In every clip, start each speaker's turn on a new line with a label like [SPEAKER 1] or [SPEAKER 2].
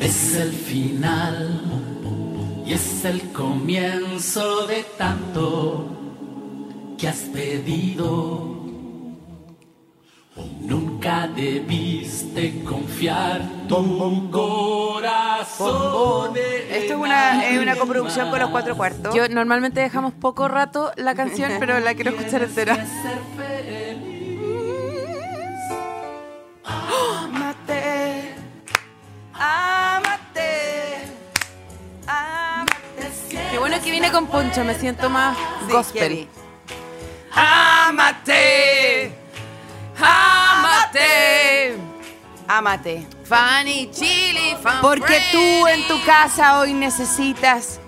[SPEAKER 1] Es el final y es el comienzo de tanto que has pedido. Nunca debiste confiar tu corazón.
[SPEAKER 2] Esto es una, es una coproducción con los cuatro cuartos.
[SPEAKER 3] Yo normalmente dejamos poco rato la canción, pero la quiero escuchar entera.
[SPEAKER 1] Ser feliz.
[SPEAKER 2] Amate, amate, amate,
[SPEAKER 3] Qué bueno que vine con Poncho, me siento más
[SPEAKER 2] Sí,
[SPEAKER 3] gospel.
[SPEAKER 2] Kelly. amate, amate, amate.
[SPEAKER 3] Fanny, Chili, Fan
[SPEAKER 2] Porque tú en tu casa hoy necesitas,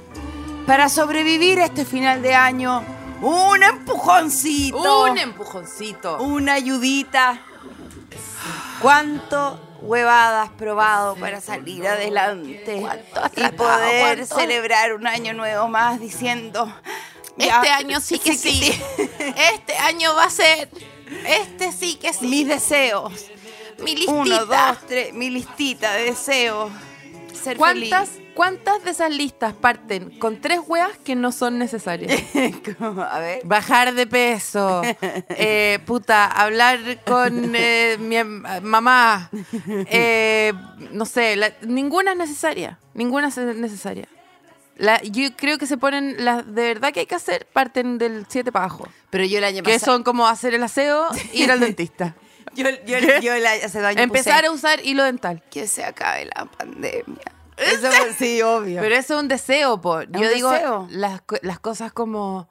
[SPEAKER 2] para sobrevivir a este final de año, un empujoncito.
[SPEAKER 3] Un empujoncito.
[SPEAKER 2] una ayudita. ¿Cuánto huevada has probado para salir adelante
[SPEAKER 3] has
[SPEAKER 2] y
[SPEAKER 3] tratado?
[SPEAKER 2] poder
[SPEAKER 3] ¿Cuánto?
[SPEAKER 2] celebrar un año nuevo más diciendo "Ya,
[SPEAKER 3] Este año sí que sí. Este año va a ser. Este sí que sí.
[SPEAKER 2] mis deseos
[SPEAKER 3] Mi
[SPEAKER 2] uno
[SPEAKER 3] listita.
[SPEAKER 2] dos tres mi listita de deseos ser
[SPEAKER 3] ¿Cuántas,
[SPEAKER 2] feliz
[SPEAKER 3] ¿Cuántas de esas listas parten con tres weas que no son necesarias?
[SPEAKER 2] Como, a ver
[SPEAKER 3] Bajar de peso, eh, puta, hablar con eh, mi em- mamá, eh, no sé, la- ninguna es necesaria, ninguna es necesaria. La- yo creo que se ponen las de verdad que hay que hacer, parten del 7 para abajo,
[SPEAKER 2] pero yo el año
[SPEAKER 3] que
[SPEAKER 2] pasado
[SPEAKER 3] son como hacer el aseo, ir al dentista,
[SPEAKER 2] yo, yo, yo el año- hace dos años
[SPEAKER 3] empezar
[SPEAKER 2] puse,
[SPEAKER 3] a usar hilo dental.
[SPEAKER 2] que se acabe la pandemia eso fue- sí obvio
[SPEAKER 3] Pero eso es un deseo, por. Yo
[SPEAKER 2] un
[SPEAKER 3] digo
[SPEAKER 2] deseo?
[SPEAKER 3] las, co- las cosas como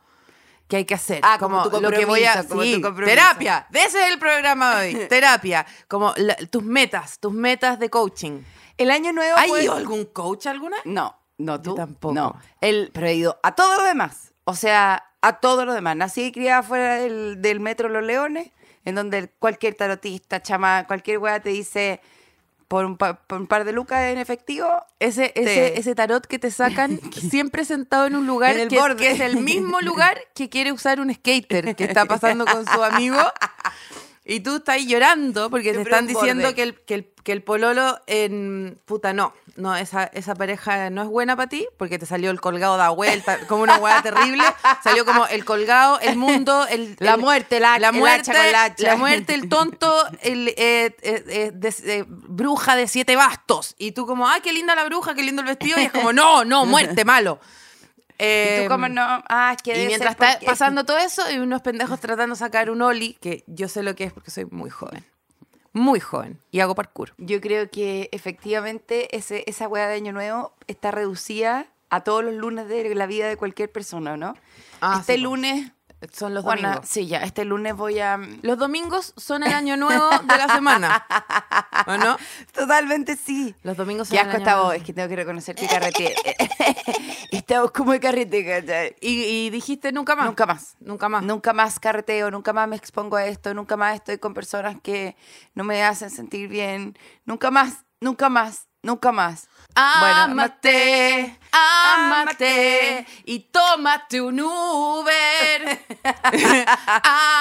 [SPEAKER 3] que hay que hacer.
[SPEAKER 2] Ah, como tu
[SPEAKER 3] lo que voy a
[SPEAKER 2] compromiso, como tu
[SPEAKER 3] sí,
[SPEAKER 2] compromiso.
[SPEAKER 3] terapia. De ese es el programa de hoy. terapia, como la- tus metas, tus metas de coaching.
[SPEAKER 2] el año nuevo
[SPEAKER 3] ¿Hay
[SPEAKER 2] fue-
[SPEAKER 3] ido algún coach alguna?
[SPEAKER 2] No, no tú.
[SPEAKER 3] tampoco.
[SPEAKER 2] No. Él, pero he ido a todo lo demás. O sea, a todo lo demás. Nací y criada fuera del, del Metro Los Leones, en donde cualquier tarotista, chama, cualquier weá te dice por un, pa- por un par de lucas en efectivo.
[SPEAKER 3] Ese, ese,
[SPEAKER 2] Te-
[SPEAKER 3] ese tarot que te sacan siempre sentado en un lugar
[SPEAKER 2] Este En el
[SPEAKER 3] que,
[SPEAKER 2] borde.
[SPEAKER 3] que es el mismo lugar que quiere usar un skater que está pasando con su amigo. Y tú estás ahí llorando porque te
[SPEAKER 2] Siempre
[SPEAKER 3] están
[SPEAKER 2] un
[SPEAKER 3] diciendo
[SPEAKER 2] borde.
[SPEAKER 3] que el, que, el, que el pololo en... Puta, no. No, esa, esa pareja no es buena para ti porque te salió el colgado da vuelta, como una hueá terrible. Salió como el colgado, el mundo, el...
[SPEAKER 2] La
[SPEAKER 3] el-
[SPEAKER 2] muerte, la- el hacha con la hacha.
[SPEAKER 3] La muerte, el tonto, el eh, eh, eh, des- eh, bruja de siete bastos. Y tú como, ah, qué linda la bruja, qué lindo el vestido. Y es como, no, no, muerte, malo.
[SPEAKER 2] Y
[SPEAKER 3] Eh,
[SPEAKER 2] tú como no, ah, es que
[SPEAKER 3] y
[SPEAKER 2] debe
[SPEAKER 3] mientras
[SPEAKER 2] ser
[SPEAKER 3] está
[SPEAKER 2] porque-
[SPEAKER 3] pasando todo eso, hay unos pendejos tratando de sacar un Oli, que yo sé lo que es porque soy muy joven. Muy joven. Y hago parkour.
[SPEAKER 2] Yo creo que efectivamente ese, esa weá de Año Nuevo está reducida a todos los lunes de la vida de cualquier persona, ¿no?
[SPEAKER 3] Ah,
[SPEAKER 2] este
[SPEAKER 3] sí, po.
[SPEAKER 2] lunes...
[SPEAKER 3] Son los
[SPEAKER 2] Bueno,
[SPEAKER 3] domingos.
[SPEAKER 2] sí, ya, este lunes voy a...
[SPEAKER 3] Los domingos son el año nuevo de la semana. ¿O no?
[SPEAKER 2] Totalmente sí.
[SPEAKER 3] Los domingos son
[SPEAKER 2] Qué
[SPEAKER 3] el
[SPEAKER 2] asco
[SPEAKER 3] año
[SPEAKER 2] esta
[SPEAKER 3] nuevo.
[SPEAKER 2] voz, es que tengo que reconocer que carrete. Estamos como de carrete, ¿cachai?
[SPEAKER 3] Y, y dijiste nunca más.
[SPEAKER 2] Ah. Nunca más.
[SPEAKER 3] Nunca más.
[SPEAKER 2] Nunca más carreteo, nunca más me expongo a esto, nunca más estoy con personas que no me hacen sentir bien. Nunca más, nunca más, nunca más.
[SPEAKER 3] Amate, amate y tómate un Uber.
[SPEAKER 2] Y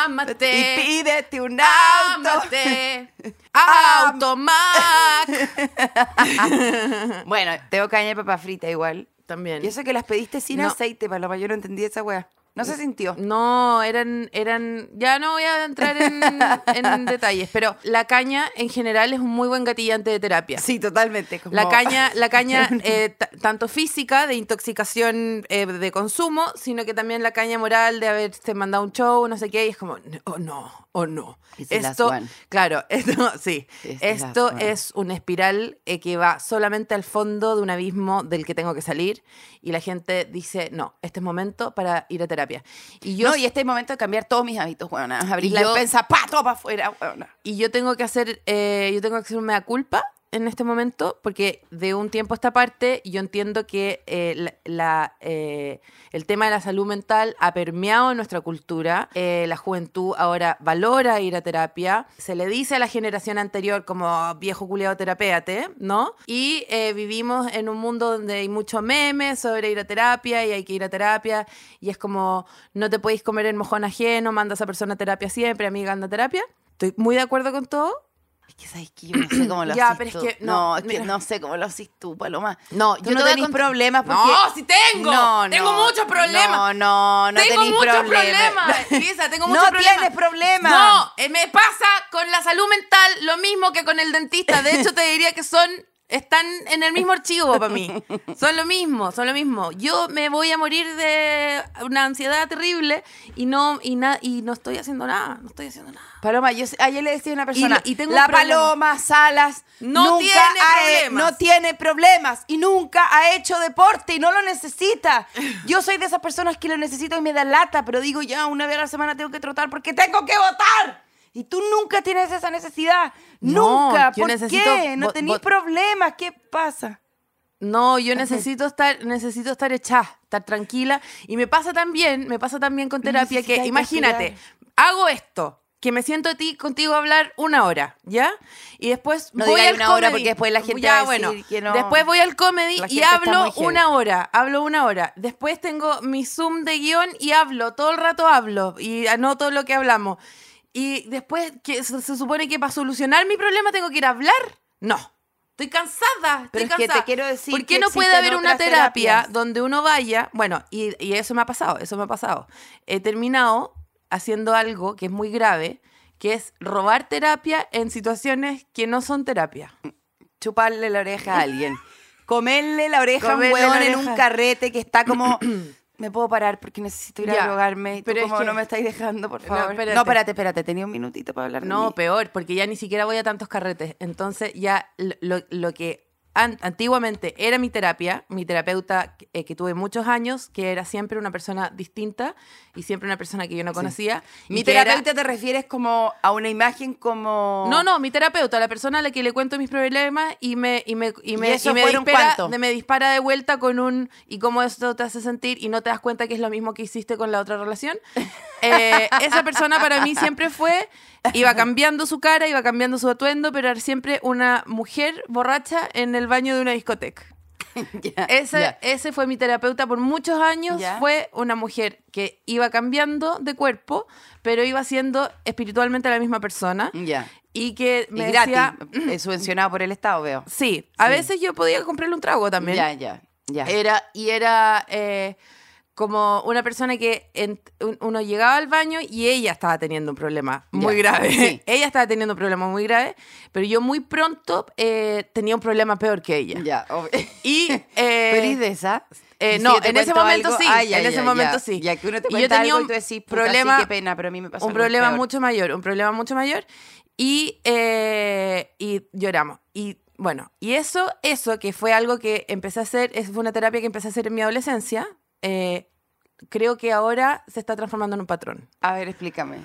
[SPEAKER 3] amate,
[SPEAKER 2] pídete un
[SPEAKER 3] Ah,
[SPEAKER 2] auto.
[SPEAKER 3] amate, automac.
[SPEAKER 2] Bueno, tengo caña de papa frita igual.
[SPEAKER 3] También.
[SPEAKER 2] Y eso que las pediste sin
[SPEAKER 3] No. Mm.
[SPEAKER 2] aceite, Paloma, yo no entendí esa wea. No se sintió.
[SPEAKER 3] No, eran, eran, ya no voy a entrar en, en detalles, pero la caña en general es un muy buen gatillante de terapia.
[SPEAKER 2] Sí, totalmente. como-
[SPEAKER 3] La caña, la caña eh, ta- tanto física, de intoxicación eh, de consumo, sino que también la caña moral de haberse mandado un show, no sé qué, y es como, oh no, oh no.
[SPEAKER 2] It's the last
[SPEAKER 3] Esto,
[SPEAKER 2] one.
[SPEAKER 3] claro, esto, sí,
[SPEAKER 2] It's the last
[SPEAKER 3] esto
[SPEAKER 2] one.
[SPEAKER 3] es una espiral eh, que va solamente al fondo de un abismo del que tengo que salir, y la gente dice, no, este es momento para ir a terapia. Y yo
[SPEAKER 2] no, y este es el momento de cambiar todos mis hábitos, weona. Abrir
[SPEAKER 3] Y
[SPEAKER 2] la
[SPEAKER 3] yo-
[SPEAKER 2] despensa, pa, todo para afuera, weona.
[SPEAKER 3] Y yo tengo que hacer, eh, yo tengo que hacer un mea culpa en este momento, porque de un tiempo a esta parte yo entiendo que eh, la, la, eh, el tema de la salud mental ha permeado nuestra cultura. Eh, la juventud ahora valora ir a terapia. Se le dice a la generación anterior como viejo culiado terapéate, ¿no? Y eh, vivimos en un mundo donde hay mucho meme sobre ir a terapia y hay que ir a terapia. Y es como, no te podéis comer el mojón ajeno, manda a esa persona a terapia siempre, amiga, anda a terapia. Estoy muy de acuerdo con todo.
[SPEAKER 2] Es que sabes que yo no sé cómo lo
[SPEAKER 3] Ya,
[SPEAKER 2] haces
[SPEAKER 3] pero es
[SPEAKER 2] tú.
[SPEAKER 3] que no,
[SPEAKER 2] es que
[SPEAKER 3] mira.
[SPEAKER 2] no sé cómo lo haces tú, Paloma.
[SPEAKER 3] No,
[SPEAKER 2] Tú
[SPEAKER 3] yo
[SPEAKER 2] no
[SPEAKER 3] te voy a
[SPEAKER 2] tenés
[SPEAKER 3] cont-
[SPEAKER 2] problemas porque...
[SPEAKER 3] No, sí tengo. Tengo muchos problemas.
[SPEAKER 2] No, no, no
[SPEAKER 3] tengo
[SPEAKER 2] tenés
[SPEAKER 3] muchos
[SPEAKER 2] problemas.
[SPEAKER 3] problemas, Lisa, tengo
[SPEAKER 2] No
[SPEAKER 3] muchos problemas.
[SPEAKER 2] tienes problemas.
[SPEAKER 3] No, eh, me pasa con la salud mental lo mismo que con el dentista. De hecho, te diría que son están en el mismo archivo para mí. Son lo mismo, son lo mismo. Yo me voy a morir de una ansiedad terrible y no y na- y no estoy haciendo nada, no estoy haciendo nada.
[SPEAKER 2] Paloma, yo, ayer le decía a una persona,
[SPEAKER 3] y tengo un
[SPEAKER 2] la
[SPEAKER 3] problema".
[SPEAKER 2] Paloma Salas
[SPEAKER 3] No
[SPEAKER 2] nunca
[SPEAKER 3] tiene
[SPEAKER 2] ha he-
[SPEAKER 3] problemas.
[SPEAKER 2] no tiene problemas y nunca ha hecho deporte y no lo necesita. Yo soy de esas personas que lo necesito y me da lata, pero digo ya, una vez a la semana tengo que trotar porque tengo que votar. Y tú nunca tienes esa necesidad.
[SPEAKER 3] No,
[SPEAKER 2] nunca.
[SPEAKER 3] yo
[SPEAKER 2] ¿Por
[SPEAKER 3] necesito
[SPEAKER 2] qué? No
[SPEAKER 3] vo-
[SPEAKER 2] tenés
[SPEAKER 3] vo-
[SPEAKER 2] problemas. ¿Qué pasa?
[SPEAKER 3] No, yo necesito estar, necesito estar echada, estar tranquila. Y me pasa también, me pasa también con terapia que,
[SPEAKER 2] Necesitáis
[SPEAKER 3] imagínate, hago esto, que me siento a ti contigo a hablar una hora, ¿ya? Y después
[SPEAKER 2] No
[SPEAKER 3] voy
[SPEAKER 2] digáis
[SPEAKER 3] al
[SPEAKER 2] una hora,
[SPEAKER 3] comedy.
[SPEAKER 2] porque después la gente
[SPEAKER 3] Ya,
[SPEAKER 2] va a decir
[SPEAKER 3] bueno,
[SPEAKER 2] que no.
[SPEAKER 3] Después voy al comedy
[SPEAKER 2] La
[SPEAKER 3] y
[SPEAKER 2] gente está muy
[SPEAKER 3] hablo
[SPEAKER 2] heavy.
[SPEAKER 3] una hora, hablo una hora. Después tengo mi Zoom de guión y hablo, todo el rato hablo y anoto lo que hablamos. Y después que se, se supone que para solucionar mi problema tengo que ir a hablar. No. Estoy cansada, estoy
[SPEAKER 2] Pero es que te
[SPEAKER 3] cansada.
[SPEAKER 2] quiero decir
[SPEAKER 3] ¿Por
[SPEAKER 2] que
[SPEAKER 3] qué no puede
[SPEAKER 2] existen
[SPEAKER 3] haber una
[SPEAKER 2] otras
[SPEAKER 3] terapia
[SPEAKER 2] terapias?
[SPEAKER 3] donde uno vaya? Bueno, y, y eso me ha pasado, eso me ha pasado. He terminado haciendo algo que es muy grave, que es robar terapia en situaciones que no son terapia.
[SPEAKER 2] chuparle la oreja a alguien. Comerle la oreja a un
[SPEAKER 3] Comerle la
[SPEAKER 2] huevón en
[SPEAKER 3] oreja.
[SPEAKER 2] un carrete que está como... Me puedo parar porque necesito ir a
[SPEAKER 3] Ya,
[SPEAKER 2] drogarme. Pero
[SPEAKER 3] pero es
[SPEAKER 2] como
[SPEAKER 3] que-
[SPEAKER 2] no me estáis dejando, por
[SPEAKER 3] No,
[SPEAKER 2] favor. No, espérate,
[SPEAKER 3] espérate.
[SPEAKER 2] espérate. Tenía un minutito para hablar de mí.
[SPEAKER 3] No, peor, porque ya ni siquiera voy a tantos carretes. Entonces ya lo- lo, lo que an- antiguamente era mi terapia, mi terapeuta eh, que tuve muchos años, que era siempre una persona distinta y siempre una persona que yo no conocía. y
[SPEAKER 2] Mi
[SPEAKER 3] que era-
[SPEAKER 2] terapeuta te refieres como a una imagen como...
[SPEAKER 3] No, no, mi terapeuta, la persona a la que le cuento mis problemas y me, y me, y me,
[SPEAKER 2] ¿Y eso
[SPEAKER 3] y me
[SPEAKER 2] fueron
[SPEAKER 3] dispara,
[SPEAKER 2] cuánto?
[SPEAKER 3] de- me dispara de vuelta con un y cómo esto te hace sentir y no te das cuenta que es lo mismo que hiciste con la otra relación. Eh, esa persona para mí siempre fue, iba cambiando su cara, iba cambiando su atuendo, pero era siempre una mujer borracha en el baño de una discoteca.
[SPEAKER 2] Ya,
[SPEAKER 3] Ese,
[SPEAKER 2] ya.
[SPEAKER 3] ese fue mi terapeuta por muchos años.
[SPEAKER 2] Ya.
[SPEAKER 3] Fue una mujer que iba cambiando de cuerpo, pero iba siendo espiritualmente la misma persona
[SPEAKER 2] Ya.
[SPEAKER 3] y que me
[SPEAKER 2] y gratis.
[SPEAKER 3] decía-
[SPEAKER 2] eh, Subvencionado por el Estado, veo.
[SPEAKER 3] sí, a veces yo podía comprarle un trago también.
[SPEAKER 2] Ya, ya, ya.
[SPEAKER 3] Era, y era eh, como una persona que en- un- uno llegaba al baño y ella estaba teniendo un problema muy
[SPEAKER 2] Ya,
[SPEAKER 3] grave.
[SPEAKER 2] sí.
[SPEAKER 3] ella estaba teniendo un problema muy grave, pero yo muy pronto eh, tenía un problema peor que ella.
[SPEAKER 2] ya, ob-
[SPEAKER 3] Y, eh,
[SPEAKER 2] ¿Feliz de esa?
[SPEAKER 3] eh,
[SPEAKER 2] Y si
[SPEAKER 3] no,
[SPEAKER 2] yo te
[SPEAKER 3] en ese
[SPEAKER 2] cuento
[SPEAKER 3] momento
[SPEAKER 2] algo-
[SPEAKER 3] sí,
[SPEAKER 2] Ah, ya,
[SPEAKER 3] en
[SPEAKER 2] ya,
[SPEAKER 3] ese
[SPEAKER 2] ya.
[SPEAKER 3] momento sí.
[SPEAKER 2] Ya que uno te
[SPEAKER 3] Y yo
[SPEAKER 2] cuenta
[SPEAKER 3] tenía
[SPEAKER 2] algo y
[SPEAKER 3] un
[SPEAKER 2] tú decís, puta,
[SPEAKER 3] problema-
[SPEAKER 2] sí, qué pena, pero a mí me pasó
[SPEAKER 3] un
[SPEAKER 2] algo
[SPEAKER 3] problema
[SPEAKER 2] peor.
[SPEAKER 3] mucho mayor, un problema mucho mayor. Y, eh, y lloramos. Y bueno, y eso, eso que fue algo que empecé a hacer, es, fue una terapia que empecé a hacer en mi adolescencia, eh, creo que ahora se está transformando en un patrón.
[SPEAKER 2] A ver, explícame.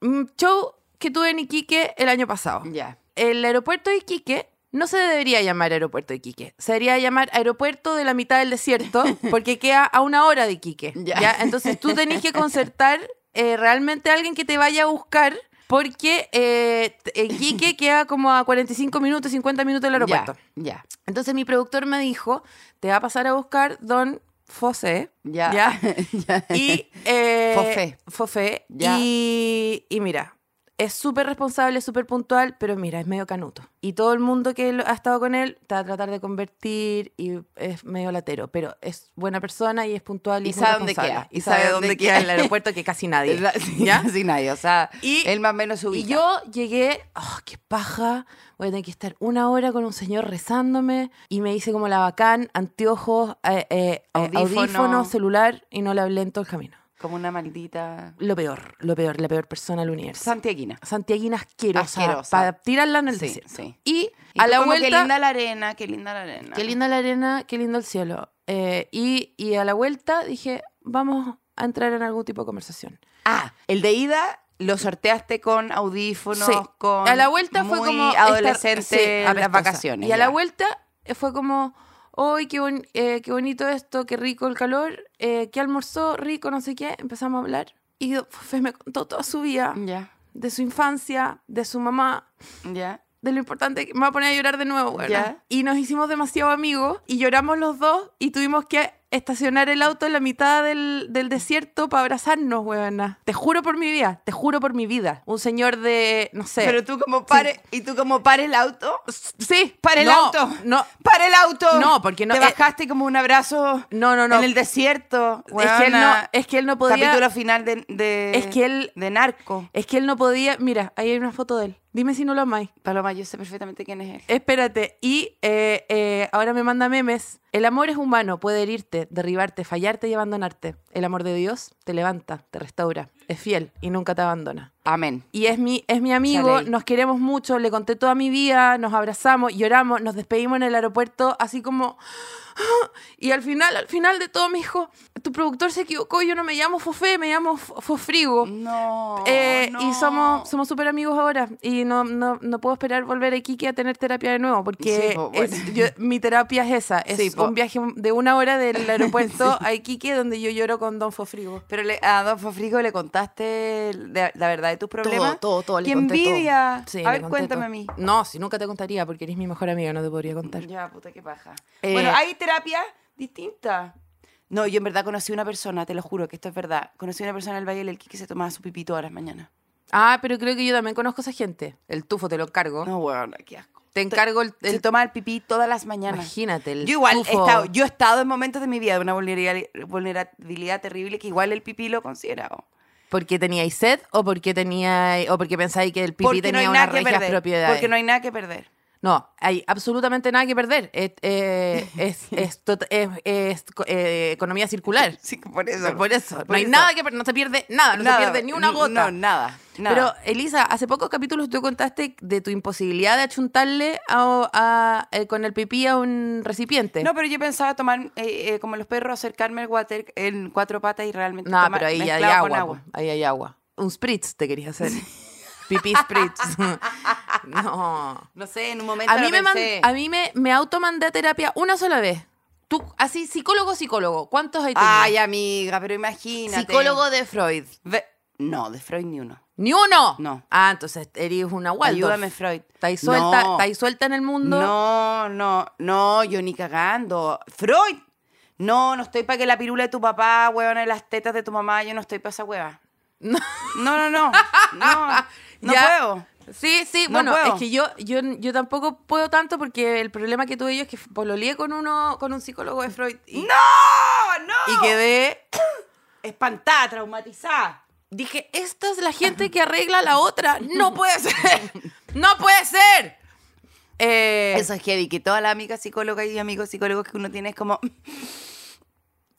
[SPEAKER 3] Mm, Show que tuve en Iquique el año pasado.
[SPEAKER 2] Ya.
[SPEAKER 3] El aeropuerto de Iquique no se debería llamar aeropuerto de Iquique, se debería llamar aeropuerto de la mitad del desierto, porque queda a una hora de Iquique.
[SPEAKER 2] Ya.
[SPEAKER 3] Ya. Entonces tú tenés que concertar eh, realmente a alguien que te vaya a buscar, porque eh, t- eh, Iquique queda como a 45 minutos, 50 minutos del aeropuerto.
[SPEAKER 2] Ya,
[SPEAKER 3] Entonces mi productor me dijo, te va a pasar a buscar Don Fosé.
[SPEAKER 2] ya, ya.
[SPEAKER 3] Y, eh,
[SPEAKER 2] Fofé.
[SPEAKER 3] Fofé.
[SPEAKER 2] Ya.
[SPEAKER 3] Y, y mira, es súper responsable, súper puntual, pero mira, es medio canuto. Y todo el mundo que lo- ha estado con él te va a tratar de convertir y es medio latero, pero es buena persona y es puntual y,
[SPEAKER 2] Y
[SPEAKER 3] es
[SPEAKER 2] sabe
[SPEAKER 3] muy
[SPEAKER 2] dónde
[SPEAKER 3] responsable.
[SPEAKER 2] queda, y sabe dónde queda.
[SPEAKER 3] en el aeropuerto que casi nadie.
[SPEAKER 2] ¿verdad?
[SPEAKER 3] ¿ya?
[SPEAKER 2] Sin nadie, o sea,
[SPEAKER 3] Y-
[SPEAKER 2] él más o menos su
[SPEAKER 3] Y yo llegué, oh, qué paja, voy a tener que estar una hora con un señor rezándome y me hice como la bacán, anteojos, eh, eh, eh,
[SPEAKER 2] Audífono.
[SPEAKER 3] audífono, celular y no le hablé en todo el camino.
[SPEAKER 2] como una maldita
[SPEAKER 3] Lo peor, lo peor, la peor persona del universo.
[SPEAKER 2] santiaguina.
[SPEAKER 3] Santiaguina asquerosa,
[SPEAKER 2] Asquerosa.
[SPEAKER 3] para tirarla en el
[SPEAKER 2] Sí,
[SPEAKER 3] desierto.
[SPEAKER 2] sí.
[SPEAKER 3] Y,
[SPEAKER 2] Y
[SPEAKER 3] a
[SPEAKER 2] tú
[SPEAKER 3] la
[SPEAKER 2] como,
[SPEAKER 3] vuelta,
[SPEAKER 2] Qué linda la arena, qué linda la arena.
[SPEAKER 3] qué linda la arena, qué lindo el cielo. Eh, y, y a la vuelta dije, vamos a entrar en algún tipo de conversación.
[SPEAKER 2] Ah, el de ida lo sorteaste con audífonos,
[SPEAKER 3] Sí.
[SPEAKER 2] con
[SPEAKER 3] a la vuelta fue
[SPEAKER 2] muy
[SPEAKER 3] como estar-
[SPEAKER 2] adolescente
[SPEAKER 3] sí,
[SPEAKER 2] en
[SPEAKER 3] apestosa.
[SPEAKER 2] las vacaciones.
[SPEAKER 3] Y a la
[SPEAKER 2] ya.
[SPEAKER 3] vuelta eh, fue como, ¡ay, qué, bon- eh, qué bonito esto, qué rico el calor! eh, ¿Qué almorzó? Rico, no sé qué. Empezamos a hablar. Y Fefe me contó toda su vida,
[SPEAKER 2] ya,
[SPEAKER 3] de su infancia, de su mamá,
[SPEAKER 2] ya.
[SPEAKER 3] de lo importante que me va a poner a llorar de nuevo, bueno.
[SPEAKER 2] Ya.
[SPEAKER 3] Y nos hicimos demasiado amigos y lloramos los dos y tuvimos que estacionar el auto en la mitad del, del desierto para abrazarnos, weona. Te juro por mi vida, te juro por mi vida. Un señor de, no sé.
[SPEAKER 2] Pero tú como pares, y tú como pares el auto,
[SPEAKER 3] sí,
[SPEAKER 2] para el
[SPEAKER 3] no,
[SPEAKER 2] auto,
[SPEAKER 3] No,
[SPEAKER 2] para el auto.
[SPEAKER 3] No, porque no-
[SPEAKER 2] te
[SPEAKER 3] eh,
[SPEAKER 2] bajaste como un abrazo
[SPEAKER 3] no, no. no.
[SPEAKER 2] en el desierto.
[SPEAKER 3] es, que él no
[SPEAKER 2] weona.
[SPEAKER 3] es que él no podía.
[SPEAKER 2] Capítulo final de, de-
[SPEAKER 3] Es que él-
[SPEAKER 2] de narco.
[SPEAKER 3] Es que él no podía. Mira, ahí hay una foto de él. Dime si no lo amáis.
[SPEAKER 2] Paloma, yo sé perfectamente quién es él.
[SPEAKER 3] Espérate, y eh, eh, ahora me manda memes. El amor es humano, puede herirte, derribarte, fallarte y abandonarte. El amor de Dios te levanta, te restaura, es fiel y nunca te abandona.
[SPEAKER 2] Amén.
[SPEAKER 3] Y es mi, es mi amigo,
[SPEAKER 2] Chale.
[SPEAKER 3] nos queremos mucho, le conté toda mi vida, nos abrazamos, lloramos, nos despedimos en el aeropuerto, así como... Y al final, al final de todo me dijo, tu productor se equivocó, yo no me llamo Fofé, me llamo F- Fofrigo.
[SPEAKER 2] No,
[SPEAKER 3] Eh,
[SPEAKER 2] no.
[SPEAKER 3] Y somos somos súper amigos ahora. Y no, no, no puedo esperar volver a Iquique a tener terapia de nuevo. Porque
[SPEAKER 2] Sí, po, bueno.
[SPEAKER 3] es- yo- mi terapia es esa. Es
[SPEAKER 2] Sí, po.
[SPEAKER 3] un viaje de una hora del aeropuerto a Iquique donde yo lloro con Don Fofrigo.
[SPEAKER 2] Pero le- a Don Fofrigo le contaste de- la verdad de tus problemas.
[SPEAKER 3] todo, todo, le
[SPEAKER 2] ¡Qué
[SPEAKER 3] conté todo.
[SPEAKER 2] envidia!
[SPEAKER 3] Sí, le
[SPEAKER 2] a ver,
[SPEAKER 3] conté
[SPEAKER 2] cuéntame
[SPEAKER 3] todo.
[SPEAKER 2] a mí.
[SPEAKER 3] No, si nunca te contaría porque eres mi mejor amiga, no te podría contar.
[SPEAKER 2] Ya, puta, qué paja.
[SPEAKER 3] Eh,
[SPEAKER 2] bueno, hay terapias distintas. No, yo en verdad conocí una persona, te lo juro que esto es verdad. Conocí una persona en el Valle del Elqui que se tomaba su pipí todas las mañanas.
[SPEAKER 3] Ah, pero creo que yo también conozco a esa gente. El tufo te lo encargo.
[SPEAKER 2] No, bueno, qué asco.
[SPEAKER 3] Te encargo el... el-
[SPEAKER 2] se tomaba el pipí todas las mañanas.
[SPEAKER 3] imagínate, el
[SPEAKER 2] Yo igual he
[SPEAKER 3] tufo.
[SPEAKER 2] estado, yo he estado en momentos de mi vida de una vulnerabilidad, vulnerabilidad terrible que igual el pipí lo oh. consideraba.
[SPEAKER 3] ¿Porque teníais sed o porque teníais o porque pensáis que el pipí tenía unas regias propiedades?
[SPEAKER 2] Porque no hay nada que perder.
[SPEAKER 3] No, hay absolutamente nada que perder. Es, eh, es, es tot- es- es co- eh, economía circular.
[SPEAKER 2] Sí, por eso.
[SPEAKER 3] Por eso, no
[SPEAKER 2] por
[SPEAKER 3] hay
[SPEAKER 2] eso.
[SPEAKER 3] nada que perder, no se pierde nada, no
[SPEAKER 2] Nada,
[SPEAKER 3] se pierde ni una
[SPEAKER 2] n-
[SPEAKER 3] gota.
[SPEAKER 2] No, nada. nada.
[SPEAKER 3] Pero, Elisa, hace pocos capítulos tú contaste de tu imposibilidad de achuntarle a- a- eh, con el pipí a un recipiente.
[SPEAKER 2] no, pero yo pensaba tomar, eh, eh, como los perros, acercarme al water en cuatro patas y realmente
[SPEAKER 3] No,
[SPEAKER 2] tomar
[SPEAKER 3] pero ahí ya hay
[SPEAKER 2] mezclado
[SPEAKER 3] agua,
[SPEAKER 2] con
[SPEAKER 3] po. Ahí hay agua. Un spritz te querías hacer. Pipí spritz. no.
[SPEAKER 2] No sé, en un momento
[SPEAKER 3] A mí,
[SPEAKER 2] lo
[SPEAKER 3] me man-
[SPEAKER 2] pensé.
[SPEAKER 3] a mí me, me automandé a terapia una sola vez. Tú, así, psicólogo, psicólogo. ¿Cuántos hay tenido?
[SPEAKER 2] Ay, amiga, pero imagínate.
[SPEAKER 3] Psicólogo de Freud.
[SPEAKER 2] Ve- No, de Freud ni uno.
[SPEAKER 3] ¿Ni uno?
[SPEAKER 2] No.
[SPEAKER 3] Ah, entonces eres una Waldorf.
[SPEAKER 2] Ayúdame, Freud.
[SPEAKER 3] Está ahí suelta,
[SPEAKER 2] No.
[SPEAKER 3] está ahí suelta en el mundo.
[SPEAKER 2] No, no, no, yo ni cagando. Freud. No, no estoy para que la pirula de tu papá, huevona, de las tetas de tu mamá, yo no estoy para esa hueva.
[SPEAKER 3] No.
[SPEAKER 2] No, no, no. No, no
[SPEAKER 3] Ya.
[SPEAKER 2] puedo.
[SPEAKER 3] Sí, sí,
[SPEAKER 2] No
[SPEAKER 3] bueno,
[SPEAKER 2] puedo.
[SPEAKER 3] es que yo, yo, yo tampoco puedo tanto porque el problema que tuve yo es que pololeé con uno, con un psicólogo de Freud y,
[SPEAKER 2] ¡No! ¡No!
[SPEAKER 3] y quedé.
[SPEAKER 2] Espantada, traumatizada.
[SPEAKER 3] Dije, esta es la gente que arregla a la otra. No puede ser. No puede ser. Eh,
[SPEAKER 2] Eso es heavy, que todas las amigas psicólogas y amigos psicólogos que uno tiene es como...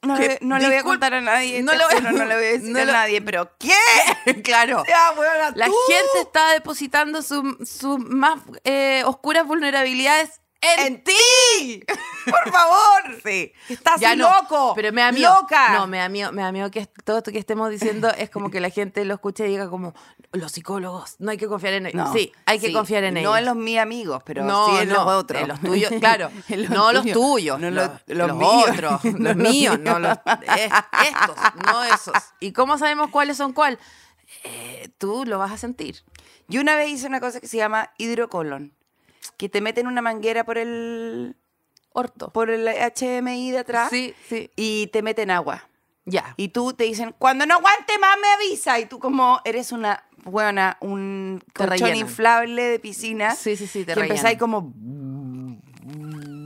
[SPEAKER 2] No,
[SPEAKER 3] Que-
[SPEAKER 2] le, no le voy a
[SPEAKER 3] disculpe,
[SPEAKER 2] contar a nadie,
[SPEAKER 3] no
[SPEAKER 2] no,
[SPEAKER 3] lo-
[SPEAKER 2] no le voy a decir
[SPEAKER 3] no
[SPEAKER 2] a
[SPEAKER 3] lo-
[SPEAKER 2] nadie, pero ¿qué?
[SPEAKER 3] claro.
[SPEAKER 2] Ya, huevona,
[SPEAKER 3] La
[SPEAKER 2] tú.
[SPEAKER 3] gente está depositando su- sus más eh, oscuras vulnerabilidades en,
[SPEAKER 2] en ti. Por favor. Sí. Estás
[SPEAKER 3] Ya no,
[SPEAKER 2] loco.
[SPEAKER 3] Pero me da miedo.
[SPEAKER 2] Loca.
[SPEAKER 3] No, me da miedo, me da miedo que est- todo esto que estemos diciendo es como que la gente lo escuche y diga como, los psicólogos, no hay que confiar en ellos.
[SPEAKER 2] No,
[SPEAKER 3] sí, hay que
[SPEAKER 2] sí.
[SPEAKER 3] confiar en
[SPEAKER 2] no
[SPEAKER 3] ellos.
[SPEAKER 2] en los mis amigos, pero
[SPEAKER 3] No,
[SPEAKER 2] sí en
[SPEAKER 3] no,
[SPEAKER 2] los otros.
[SPEAKER 3] en los tuyos, claro.
[SPEAKER 2] En
[SPEAKER 3] No los tuyos,
[SPEAKER 2] no
[SPEAKER 3] los-
[SPEAKER 2] los
[SPEAKER 3] los
[SPEAKER 2] míos.
[SPEAKER 3] otros, los míos, no los- es- estos, no esos. ¿Y cómo sabemos cuáles son cuál? Eh, tú lo vas a sentir.
[SPEAKER 2] Yo una vez hice una cosa que se llama hidrocolon, que te meten una manguera por el
[SPEAKER 3] Orto.
[SPEAKER 2] por el HMI de atrás
[SPEAKER 3] Sí, sí.
[SPEAKER 2] y te meten agua.
[SPEAKER 3] Ya.
[SPEAKER 2] Y tú te dicen, cuando no aguante más me avisa. Y tú como eres una buena, un
[SPEAKER 3] Te
[SPEAKER 2] colchón
[SPEAKER 3] rellenan.
[SPEAKER 2] inflable de piscina.
[SPEAKER 3] Sí, sí, sí, te
[SPEAKER 2] que
[SPEAKER 3] rellenan.
[SPEAKER 2] empezáis como,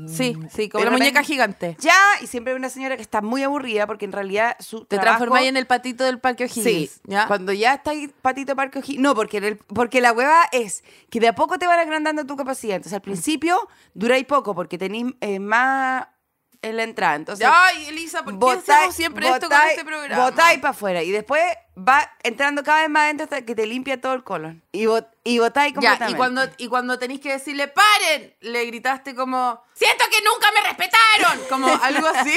[SPEAKER 3] Sí, sí, como
[SPEAKER 2] De
[SPEAKER 3] la muñeca
[SPEAKER 2] repente-
[SPEAKER 3] gigante.
[SPEAKER 2] ya. Y siempre hay una señora que está muy aburrida porque en realidad su
[SPEAKER 3] Te
[SPEAKER 2] trabajo-
[SPEAKER 3] transformáis en el patito del Parque O'Higgins.
[SPEAKER 2] Sí,
[SPEAKER 3] ¿ya?
[SPEAKER 2] cuando ya está ahí patito parque O'Higgins. No, porque, en el- porque la hueva es que de a poco te van agrandando tu capacidad. Entonces al principio duráis poco porque tenéis eh, más en la entrada. Entonces,
[SPEAKER 3] Ay, Elisa, ¿por qué hacemos siempre esto con este programa?
[SPEAKER 2] Botáis para afuera y después va entrando cada vez más adentro hasta que te limpia todo el colon. Y, bot, y botáis
[SPEAKER 3] Ya,
[SPEAKER 2] completamente.
[SPEAKER 3] y cuando, y cuando tenéis que decirle ¡paren! Le gritaste como ¡siento que nunca me respetaron! Como algo así.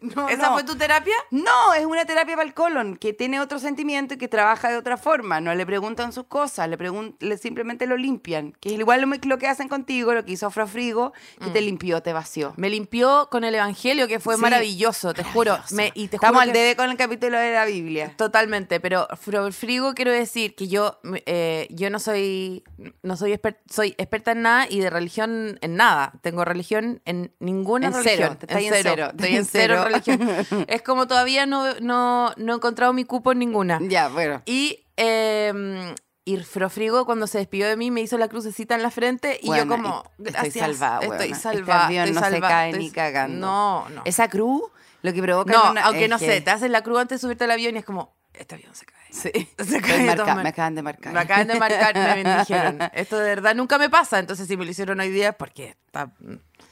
[SPEAKER 2] No,
[SPEAKER 3] ¿Esa
[SPEAKER 2] no.
[SPEAKER 3] fue tu terapia?
[SPEAKER 2] No, es una terapia para el colon que tiene otro sentimiento y que trabaja de otra forma. No le preguntan sus cosas, le, pregun- le simplemente lo limpian. Que es igual lo, lo que hacen contigo, lo que hizo Frafrigo, que
[SPEAKER 3] Mm.
[SPEAKER 2] te limpió, te vació.
[SPEAKER 3] Me limpió con el evangelio, que fue
[SPEAKER 2] Sí.
[SPEAKER 3] maravilloso, te juro. Me- y te
[SPEAKER 2] Estamos
[SPEAKER 3] juro
[SPEAKER 2] al
[SPEAKER 3] que-
[SPEAKER 2] debe con el capítulo de la Biblia.
[SPEAKER 3] Totalmente, pero fro- frigo quiero decir que yo, eh, yo no soy, no soy, exper- soy experta en nada y de religión en nada. Tengo religión en ninguna
[SPEAKER 2] En cero,
[SPEAKER 3] religión.
[SPEAKER 2] te estáis en cero, te
[SPEAKER 3] Estoy en cero en religión. Es como todavía no, no, no he encontrado mi cupo en ninguna.
[SPEAKER 2] Ya, bueno.
[SPEAKER 3] Y, eh, y Frofrigo cuando se despidió de mí me hizo la crucecita en la frente y
[SPEAKER 2] Bueno,
[SPEAKER 3] yo como,
[SPEAKER 2] y- estoy
[SPEAKER 3] gracias,
[SPEAKER 2] salvada,
[SPEAKER 3] estoy
[SPEAKER 2] huevona. Este
[SPEAKER 3] salvada,
[SPEAKER 2] avión
[SPEAKER 3] estoy
[SPEAKER 2] no se
[SPEAKER 3] salvada,
[SPEAKER 2] cae
[SPEAKER 3] estoy-
[SPEAKER 2] ni cagando.
[SPEAKER 3] No, no.
[SPEAKER 2] Esa cruz lo que provoca.
[SPEAKER 3] No,
[SPEAKER 2] en una-
[SPEAKER 3] aunque
[SPEAKER 2] es
[SPEAKER 3] no
[SPEAKER 2] que-
[SPEAKER 3] sé, te haces la cruz antes de subirte al avión y es como, este avión se cae.
[SPEAKER 2] Sí.
[SPEAKER 3] Se
[SPEAKER 2] Me,
[SPEAKER 3] cae de todas
[SPEAKER 2] marca- me
[SPEAKER 3] maneras.
[SPEAKER 2] acaban de marcar.
[SPEAKER 3] Me acaban de marcar, me bendijeron. Esto de verdad nunca me pasa, entonces si me lo hicieron hoy día es porque está-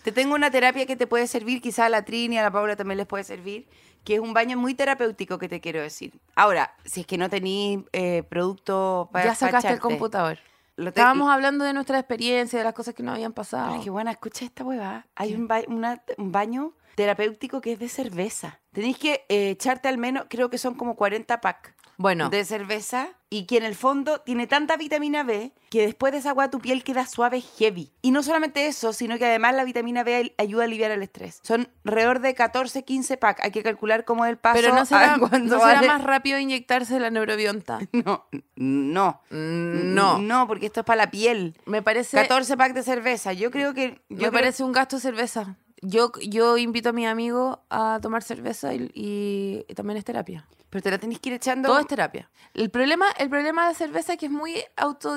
[SPEAKER 2] Te tengo una terapia que te puede servir, quizá a la Trini, a la Paula también les puede servir, que es un baño muy terapéutico que te quiero decir. Ahora, si es que no tenís eh, producto para
[SPEAKER 3] ya sacaste el
[SPEAKER 2] facharte,
[SPEAKER 3] computador.
[SPEAKER 2] Lo te-
[SPEAKER 3] Estábamos hablando de nuestra experiencia, de las cosas que nos habían pasado.
[SPEAKER 2] Pero es que bueno, escucha esta huevada. Hay un, ba- una- un baño terapéutico que es de cerveza. Tenéis que eh, echarte al menos, creo que son como 40 pack
[SPEAKER 3] Bueno,
[SPEAKER 2] de cerveza y que en el fondo tiene tanta vitamina B que después de esa agua tu piel queda suave, heavy. Y no solamente eso, sino que además la vitamina B al- ayuda a aliviar el estrés. Son alrededor de 14, 15 pack. Hay que calcular cómo es el paso.
[SPEAKER 3] pero no
[SPEAKER 2] a
[SPEAKER 3] será,
[SPEAKER 2] cuando
[SPEAKER 3] ¿no será
[SPEAKER 2] vale-
[SPEAKER 3] más rápido inyectarse la neurobionta.
[SPEAKER 2] No, no.
[SPEAKER 3] No.
[SPEAKER 2] No, porque esto es para la piel.
[SPEAKER 3] Me parece
[SPEAKER 2] 14 pack de cerveza. Yo creo que...
[SPEAKER 3] me
[SPEAKER 2] Yo creo-
[SPEAKER 3] parece un gasto de cerveza. Yo, yo invito a mi amigo a tomar cerveza y- y- y también es terapia.
[SPEAKER 2] Pero te la tenés que ir echando...
[SPEAKER 3] Todo es terapia. El problema, el problema de la cerveza es que es muy auto,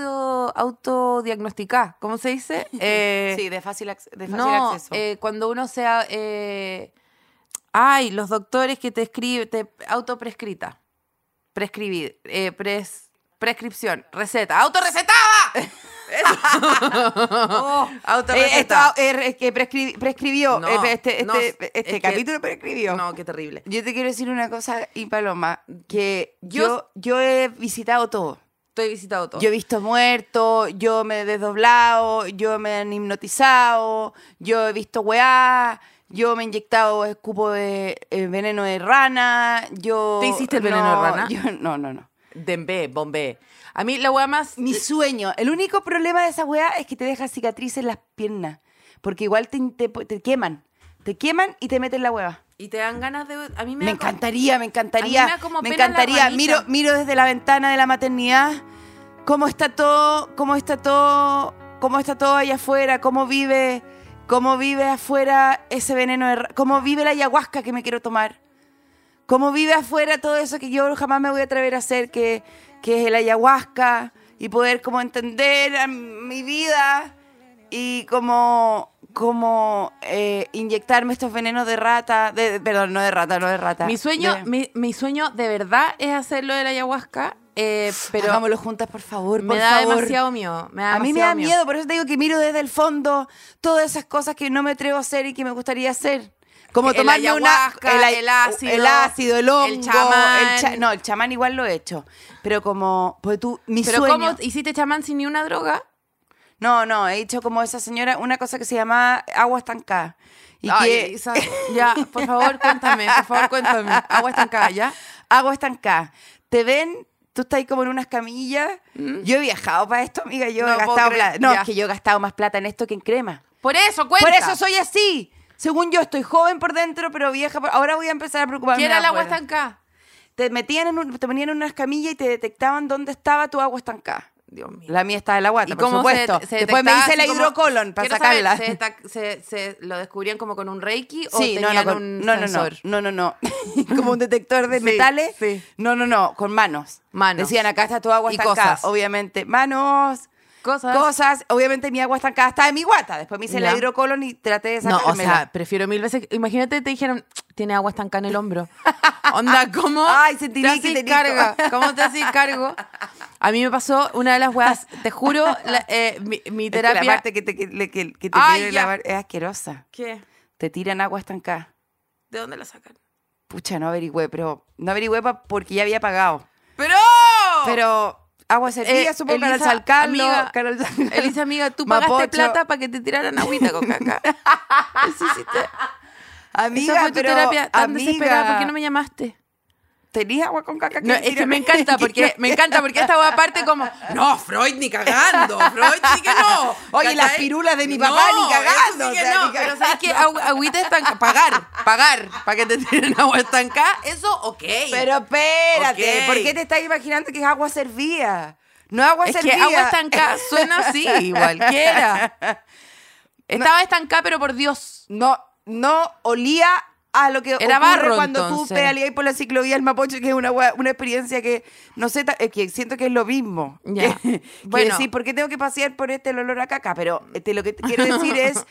[SPEAKER 3] autodiagnosticada. ¿Cómo se dice? Eh,
[SPEAKER 2] sí, de fácil, ac- de fácil
[SPEAKER 3] no,
[SPEAKER 2] acceso.
[SPEAKER 3] eh, cuando uno sea. eh, ay, los doctores que te escriben, te autoprescrita. Prescribir. eh, pres- prescripción. Receta. ¡Autorrecetada!
[SPEAKER 2] Oh, eh, esto,
[SPEAKER 3] Autorreceta.
[SPEAKER 2] eh, es que prescri- prescribió.
[SPEAKER 3] No,
[SPEAKER 2] eh, este
[SPEAKER 3] no,
[SPEAKER 2] este-
[SPEAKER 3] es que-
[SPEAKER 2] este capítulo prescribió.
[SPEAKER 3] no, qué terrible.
[SPEAKER 2] Yo te quiero decir una cosa, y Paloma, que yo,
[SPEAKER 3] Yo- Oh.
[SPEAKER 2] yo he visitado todo.
[SPEAKER 3] Estoy visitado todo.
[SPEAKER 2] Yo he visto muertos, yo me he desdoblado, yo me han hipnotizado, yo he visto weá, yo me he inyectado escupo de eh, veneno de rana, yo...
[SPEAKER 3] ¿Te hiciste el veneno de
[SPEAKER 2] no,
[SPEAKER 3] rana?
[SPEAKER 2] yo- no, no, no.
[SPEAKER 3] Dembé, bombé. A mí la weá más.
[SPEAKER 2] Mi sueño, el único problema de esa weá es que te deja cicatrices en las piernas, porque igual te, te- te queman, te queman y te meten la hueva.
[SPEAKER 3] Y te dan ganas de. A mí me,
[SPEAKER 2] Me
[SPEAKER 3] da como-
[SPEAKER 2] encantaría, me
[SPEAKER 3] A mí me
[SPEAKER 2] encantaría.
[SPEAKER 3] da como
[SPEAKER 2] Me
[SPEAKER 3] pena la
[SPEAKER 2] encantaría.
[SPEAKER 3] ranita.
[SPEAKER 2] Miro, miro desde la ventana de la maternidad cómo está todo, cómo está todo, cómo está todo allá afuera, cómo vive, cómo vive afuera ese veneno, de ra- cómo vive la ayahuasca que me quiero tomar. Cómo vive afuera todo eso que yo jamás me voy a atrever a hacer, que, que es el ayahuasca, y poder como entender a mi vida y como, como eh, inyectarme estos venenos de rata, de, perdón, no de rata, no de rata.
[SPEAKER 3] Mi sueño,
[SPEAKER 2] de-
[SPEAKER 3] mi, mi sueño de verdad es hacer lo de la ayahuasca, eh, pero
[SPEAKER 2] Hagámoslo juntas, por favor, por
[SPEAKER 3] me da
[SPEAKER 2] favor.
[SPEAKER 3] demasiado miedo. Me da
[SPEAKER 2] a mí me da
[SPEAKER 3] demasiado
[SPEAKER 2] miedo, por eso te digo que miro desde el fondo todas esas cosas que no me atrevo a hacer y que me gustaría hacer. Como
[SPEAKER 3] El
[SPEAKER 2] tomarme una,
[SPEAKER 3] ayahuasca,
[SPEAKER 2] ay-
[SPEAKER 3] el ácido,
[SPEAKER 2] el ácido, el
[SPEAKER 3] el
[SPEAKER 2] hongo,
[SPEAKER 3] chamán.
[SPEAKER 2] el cha- no, el chamán igual lo he hecho, pero como pues tú mi
[SPEAKER 3] Pero
[SPEAKER 2] sueño.
[SPEAKER 3] ¿cómo hiciste chamán sin ni una droga?
[SPEAKER 2] No, no, he hecho como esa señora una cosa que se llama agua estancada y
[SPEAKER 3] Ay,
[SPEAKER 2] que
[SPEAKER 3] Elisa, ya, por favor, cuéntame, por favor, cuéntame. Agua estancada, ¿ya?
[SPEAKER 2] agua estancada. Te ven, tú estás ahí como en unas camillas. Yo he viajado para esto, amiga, yo
[SPEAKER 3] Mm. No
[SPEAKER 2] he
[SPEAKER 3] puedo
[SPEAKER 2] gastado
[SPEAKER 3] creer,
[SPEAKER 2] plata. No,
[SPEAKER 3] ya.
[SPEAKER 2] es que yo he gastado más plata en esto que en crema.
[SPEAKER 3] Por eso, cuenta.
[SPEAKER 2] Por eso soy así. Según yo, estoy joven por dentro, pero vieja por... Ahora voy a empezar a preocuparme.
[SPEAKER 3] ¿Qué era
[SPEAKER 2] de
[SPEAKER 3] el agua
[SPEAKER 2] afuera.
[SPEAKER 3] estancada?
[SPEAKER 2] Te metían en un- te ponían en unas camillas y te detectaban dónde estaba tu agua estancada.
[SPEAKER 3] Dios mío.
[SPEAKER 2] La mía está de la guata,
[SPEAKER 3] Y
[SPEAKER 2] por
[SPEAKER 3] cómo se-
[SPEAKER 2] supuesto.
[SPEAKER 3] se
[SPEAKER 2] Después me
[SPEAKER 3] detectaba
[SPEAKER 2] hice la
[SPEAKER 3] así como-
[SPEAKER 2] hidrocolon para
[SPEAKER 3] Quiero saber,
[SPEAKER 2] sacarla.
[SPEAKER 3] ¿se detac- se, se lo descubrían como con un reiki o
[SPEAKER 2] Sí, no,
[SPEAKER 3] tenían
[SPEAKER 2] no, con-
[SPEAKER 3] un
[SPEAKER 2] no, no, no,
[SPEAKER 3] sensor?
[SPEAKER 2] no, no, no. Como un detector de
[SPEAKER 3] Sí,
[SPEAKER 2] metales.
[SPEAKER 3] sí.
[SPEAKER 2] No, no, no, con manos.
[SPEAKER 3] Manos.
[SPEAKER 2] Decían, acá está tu agua
[SPEAKER 3] Y
[SPEAKER 2] estancada.
[SPEAKER 3] cosas.
[SPEAKER 2] Obviamente, manos,
[SPEAKER 3] Cosas.
[SPEAKER 2] cosas. Obviamente mi agua estancada está en mi guata. Después me hice la
[SPEAKER 3] Ya.
[SPEAKER 2] hidrocolon y traté de
[SPEAKER 3] No,
[SPEAKER 2] sacármela.
[SPEAKER 3] o sea, prefiero mil veces. Imagínate, te dijeron, tiene agua estancada en el hombro. Onda, ¿cómo?
[SPEAKER 2] Ay, sentí
[SPEAKER 3] te haces
[SPEAKER 2] que tenía-
[SPEAKER 3] carga. ¿Cómo te haces cargo? A mí me pasó una de las weas, te juro, la- eh, mi, mi
[SPEAKER 2] Es que la
[SPEAKER 3] terapia.
[SPEAKER 2] parte que te, que, le- que- que te
[SPEAKER 3] Ay,
[SPEAKER 2] pide
[SPEAKER 3] ya.
[SPEAKER 2] lavar es asquerosa.
[SPEAKER 3] ¿Qué?
[SPEAKER 2] Te tiran agua estancada.
[SPEAKER 3] ¿De dónde la sacan?
[SPEAKER 2] Pucha, no averigüé, pero no averigüé pa- porque ya había pagado.
[SPEAKER 3] ¡Pero!
[SPEAKER 2] Pero agua servía,
[SPEAKER 3] Eh,
[SPEAKER 2] supongo, Canal
[SPEAKER 3] Elisa,
[SPEAKER 2] San Carlos,
[SPEAKER 3] amiga,
[SPEAKER 2] Canal San-
[SPEAKER 3] Elisa, amiga, tú pagaste
[SPEAKER 2] Mapocho.
[SPEAKER 3] plata para que te tiraran agüita con caca. Eso hiciste.
[SPEAKER 2] Amiga,
[SPEAKER 3] Esa fue tu
[SPEAKER 2] pero,
[SPEAKER 3] terapia tan
[SPEAKER 2] amiga,
[SPEAKER 3] desesperada. ¿Por qué no me llamaste?
[SPEAKER 2] ¿Tenías agua con caca?
[SPEAKER 3] No, es que me encanta porque me encanta porque esta wea parte como no Freud ni cagando Freud sí que no
[SPEAKER 2] Oye, las pirulas de mi papá
[SPEAKER 3] No,
[SPEAKER 2] ni cagando,
[SPEAKER 3] eso sí que
[SPEAKER 2] o sea,
[SPEAKER 3] no,
[SPEAKER 2] ni
[SPEAKER 3] pero
[SPEAKER 2] cagando.
[SPEAKER 3] sabes que agu- agüita estanca pagar pagar para que te tiren agua estancada eso ok
[SPEAKER 2] Pero espérate,
[SPEAKER 3] Ok.
[SPEAKER 2] ¿por qué te estás imaginando que es agua servía? No agua
[SPEAKER 3] es
[SPEAKER 2] servía.
[SPEAKER 3] que agua estancada suena así igual que era estaba estancada pero por Dios
[SPEAKER 2] No, no olía a lo que
[SPEAKER 3] Era
[SPEAKER 2] ocurre
[SPEAKER 3] barro,
[SPEAKER 2] cuando tú
[SPEAKER 3] entonces.
[SPEAKER 2] pedaleas por la ciclovía el Mapocho, que es una, gua- una experiencia que, no sé, ta- es que siento que es lo mismo.
[SPEAKER 3] Ya.
[SPEAKER 2] Que, bueno.
[SPEAKER 3] Bueno.
[SPEAKER 2] decir, ¿por qué tengo que pasear por este el olor a caca? Pero este, lo que te quiero decir es,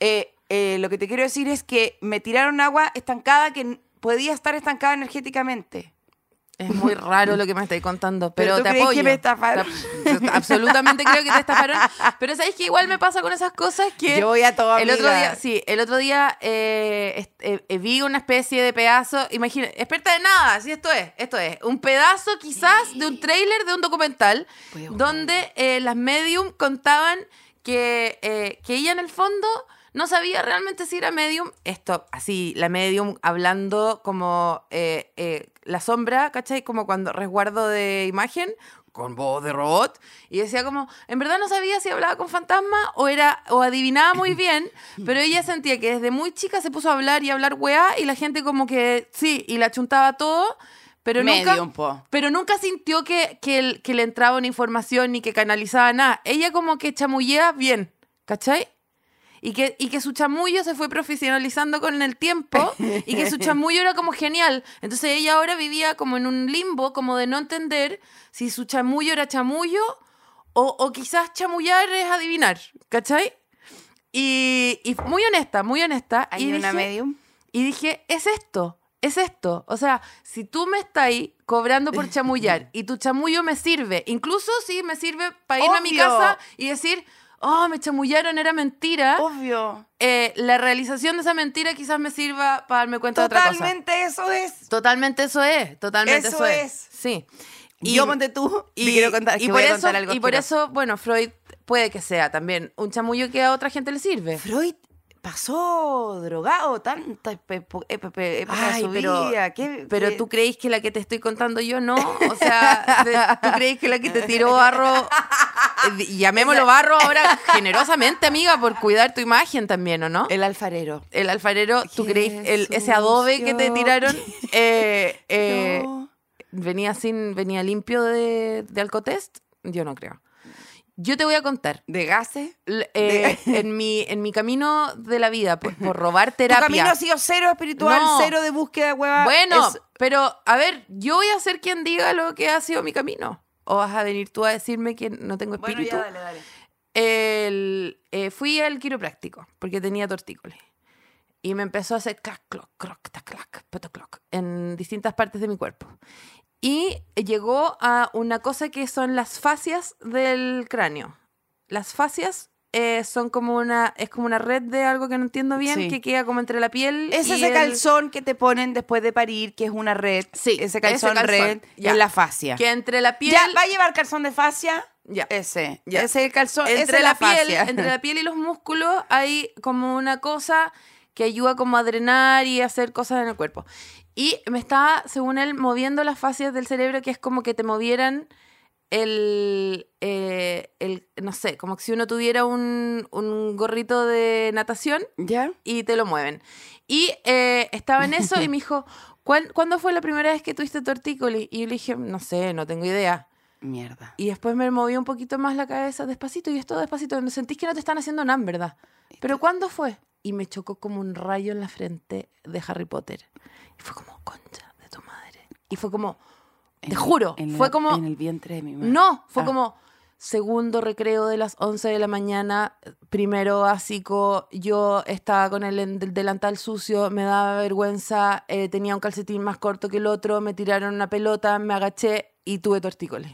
[SPEAKER 2] eh, eh, lo que te quiero decir es que me tiraron agua estancada que n- podía estar estancada energéticamente.
[SPEAKER 3] es muy raro lo que me estáis contando,
[SPEAKER 2] Pero
[SPEAKER 3] pero,
[SPEAKER 2] tú
[SPEAKER 3] te
[SPEAKER 2] crees
[SPEAKER 3] apoyo.
[SPEAKER 2] que me estafaron.
[SPEAKER 3] Te- Absolutamente creo que te estafaron. Pero sabes que igual me pasa con esas cosas que.
[SPEAKER 2] Yo voy a todo,
[SPEAKER 3] El otro
[SPEAKER 2] amiga.
[SPEAKER 3] día, sí, el otro día eh, est- eh, eh, vi una especie de pedazo, imagina, experta de nada, sí, esto es, esto es, un pedazo quizás de un tráiler de un documental donde eh, las medium contaban que, eh, que ella en el fondo no sabía realmente si era medium, esto, así, la medium hablando como eh, eh, la sombra, ¿cachai? Como cuando resguardo de imagen, con voz de robot y decía como, en verdad no sabía si hablaba con fantasma o era o adivinaba muy bien, pero ella sentía que desde muy chica se puso a hablar y a hablar weá y la gente como que sí, y la chuntaba todo, pero
[SPEAKER 2] Medium,
[SPEAKER 3] nunca
[SPEAKER 2] po.
[SPEAKER 3] pero nunca sintió que, que, el- que le entraba una información ni que canalizaba nada. Ella como que chamullea bien, ¿cachai? Y que, y que su chamullo se fue profesionalizando con el tiempo y que su chamullo era como genial. Entonces ella ahora vivía como en un limbo, como de no entender si su chamullo era chamullo o, o quizás chamullar es adivinar, ¿cachai? Y, y muy honesta, muy honesta.
[SPEAKER 2] Hay
[SPEAKER 3] y
[SPEAKER 2] una
[SPEAKER 3] dije,
[SPEAKER 2] medium.
[SPEAKER 3] y dije, es esto, es esto. O sea, si tú me estás ahí cobrando por chamullar y tu chamullo me sirve, incluso si me sirve para irme a mi
[SPEAKER 2] Obvio.
[SPEAKER 3] casa y decir, oh, me chamullaron, era mentira,
[SPEAKER 2] Oh. Obvio.
[SPEAKER 3] eh, la realización de esa mentira quizás me sirva para darme cuenta de otra cosa.
[SPEAKER 2] Totalmente eso es.
[SPEAKER 3] Totalmente eso es, totalmente
[SPEAKER 2] Eso
[SPEAKER 3] eso,
[SPEAKER 2] es.
[SPEAKER 3] es. Sí. Y-
[SPEAKER 2] Yo ponte tú. Y, quiero contar,
[SPEAKER 3] y
[SPEAKER 2] que
[SPEAKER 3] por
[SPEAKER 2] voy
[SPEAKER 3] eso,
[SPEAKER 2] a contar algo
[SPEAKER 3] y por
[SPEAKER 2] asqueroso.
[SPEAKER 3] eso, bueno, Freud puede que sea también un chamullo que a otra gente le sirve.
[SPEAKER 2] Freud pasó drogado tanta epe- epe- epe- época de
[SPEAKER 3] Ay,
[SPEAKER 2] su
[SPEAKER 3] pero,
[SPEAKER 2] vida. ¿Qué-
[SPEAKER 3] pero
[SPEAKER 2] qué-
[SPEAKER 3] tú creéis que la que te estoy contando yo no. O sea, de- tú creéis que la que te tiró barro. eh, Llamémoslo barro ahora generosamente, amiga, por cuidar tu imagen también, ¿o no? El,
[SPEAKER 2] El alfarero.
[SPEAKER 3] alfarero, ¿tú
[SPEAKER 2] Qué
[SPEAKER 3] creéis el- ese adobe que te
[SPEAKER 2] sucio.
[SPEAKER 3] tiraron eh, eh,
[SPEAKER 2] No.
[SPEAKER 3] venía sin venía limpio de, de Alcotest? Yo no creo. Yo te voy a contar.
[SPEAKER 2] ¿De gases?
[SPEAKER 3] L- eh, en, mi, en mi camino de la vida, por, por robar terapia.
[SPEAKER 2] Tu camino ha sido cero espiritual,
[SPEAKER 3] No.
[SPEAKER 2] cero de búsqueda, hueva.
[SPEAKER 3] Bueno,
[SPEAKER 2] Es-
[SPEAKER 3] pero a ver, yo voy a ser quien diga lo que ha sido mi camino. O vas a venir tú a decirme que no tengo
[SPEAKER 2] bueno,
[SPEAKER 3] espíritu.
[SPEAKER 2] ya dale, dale.
[SPEAKER 3] El- eh, fui al quiropráctico porque tenía tortícolis. Y me empezó a hacer clac, cloc, croc, tac, clac, pato, cloc, en distintas partes de mi cuerpo. Y llegó a una cosa que son las fascias del cráneo. Las fascias eh, son como una, es como una red de algo que no entiendo bien,
[SPEAKER 2] Sí.
[SPEAKER 3] que queda como entre la piel.
[SPEAKER 2] Es
[SPEAKER 3] y
[SPEAKER 2] ese
[SPEAKER 3] el-
[SPEAKER 2] calzón que te ponen después de parir, que es una red.
[SPEAKER 3] Sí,
[SPEAKER 2] Ese
[SPEAKER 3] ese
[SPEAKER 2] calzón,
[SPEAKER 3] calzón,
[SPEAKER 2] red
[SPEAKER 3] ya.
[SPEAKER 2] es la fascia.
[SPEAKER 3] Que entre la piel.
[SPEAKER 2] Ya, ¿va a llevar calzón de fascia?
[SPEAKER 3] Ya.
[SPEAKER 2] Ese.
[SPEAKER 3] Ya.
[SPEAKER 2] Ese es el calzón, esa
[SPEAKER 3] entre
[SPEAKER 2] es
[SPEAKER 3] la,
[SPEAKER 2] la,
[SPEAKER 3] piel,
[SPEAKER 2] fascia.
[SPEAKER 3] entre la piel y los músculos hay como una cosa que ayuda como a drenar y a hacer cosas en el cuerpo. Y me estaba, según él, moviendo las fascias del cerebro, que es como que te movieran el, eh, el no sé, como si uno tuviera un, un gorrito de natación
[SPEAKER 2] ¿Ya?
[SPEAKER 3] y te lo mueven. Y eh, estaba en eso y me dijo, "¿Cuán- ¿cuándo fue la primera vez que tuviste tortícolis? Y yo le dije, no sé, no tengo idea.
[SPEAKER 2] Mierda.
[SPEAKER 3] Y después me moví un poquito más la cabeza despacito y es todo despacito. no- Sentís que no te están haciendo nada, en ¿verdad? Pero ¿cuándo fue? Y me chocó como un rayo en la frente de Harry Potter. Y fue como, concha de tu madre. Y fue como, te
[SPEAKER 2] En-
[SPEAKER 3] juro,
[SPEAKER 2] en
[SPEAKER 3] fue
[SPEAKER 2] la-
[SPEAKER 3] como...
[SPEAKER 2] En el vientre de mi madre.
[SPEAKER 3] No, fue
[SPEAKER 2] Ah.
[SPEAKER 3] como segundo recreo de las 11 de la mañana, primero básico, yo estaba con el en- del- delantal sucio, me daba vergüenza, eh, tenía un calcetín más corto que el otro, me tiraron una pelota, me agaché y tuve tortícolis.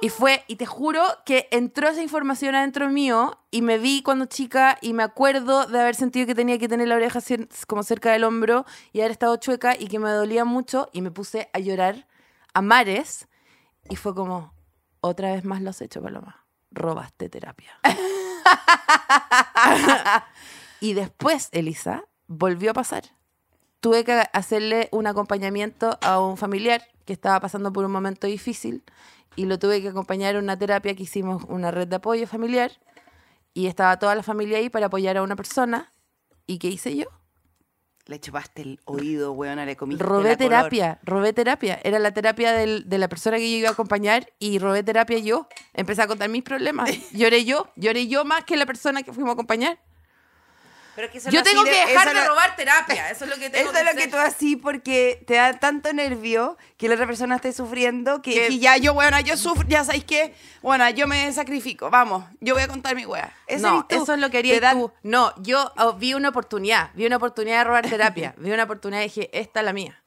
[SPEAKER 3] Y fue, y te juro que entró esa información adentro mío y me vi cuando chica y me acuerdo de haber sentido que tenía que tener la oreja cien- como cerca del hombro y haber estado chueca y que me dolía mucho y me puse a llorar a mares y fue como, otra vez más lo has hecho, Paloma. Robaste terapia. y después, Elisa, volvió a pasar. Tuve que hacerle un acompañamiento a un familiar que estaba pasando por un momento difícil y lo tuve que acompañar a una terapia que hicimos, una red de apoyo familiar, y estaba toda la familia ahí para apoyar a una persona. ¿Y qué hice yo?
[SPEAKER 2] Le chupaste el oído, weona, le comiste
[SPEAKER 3] Robé
[SPEAKER 2] la color.
[SPEAKER 3] terapia, robé terapia. Era la terapia del- de la persona que yo iba a acompañar y robé terapia yo. Empecé a contar mis problemas. Lloré yo, lloré yo más que la persona que fuimos a acompañar.
[SPEAKER 2] Pero que eso
[SPEAKER 3] yo
[SPEAKER 2] no
[SPEAKER 3] tengo
[SPEAKER 2] así
[SPEAKER 3] que
[SPEAKER 2] de-
[SPEAKER 3] dejar
[SPEAKER 2] eso
[SPEAKER 3] de
[SPEAKER 2] no-
[SPEAKER 3] robar terapia. Eso es lo que tengo
[SPEAKER 2] Eso es lo que
[SPEAKER 3] hacer.
[SPEAKER 2] tú así porque te da tanto nervio que la otra persona esté sufriendo que,
[SPEAKER 3] Que-
[SPEAKER 2] y ya yo, weona, yo sufro, ya sabéis qué, bueno, yo me sacrifico, vamos, yo voy a contar mi wea. Ese
[SPEAKER 3] no,
[SPEAKER 2] eres tú.
[SPEAKER 3] eso es lo que
[SPEAKER 2] Te
[SPEAKER 3] harías
[SPEAKER 2] dan-
[SPEAKER 3] tú. No, yo oh, vi una oportunidad, vi una oportunidad de robar terapia, vi una oportunidad y dije, esta es la mía.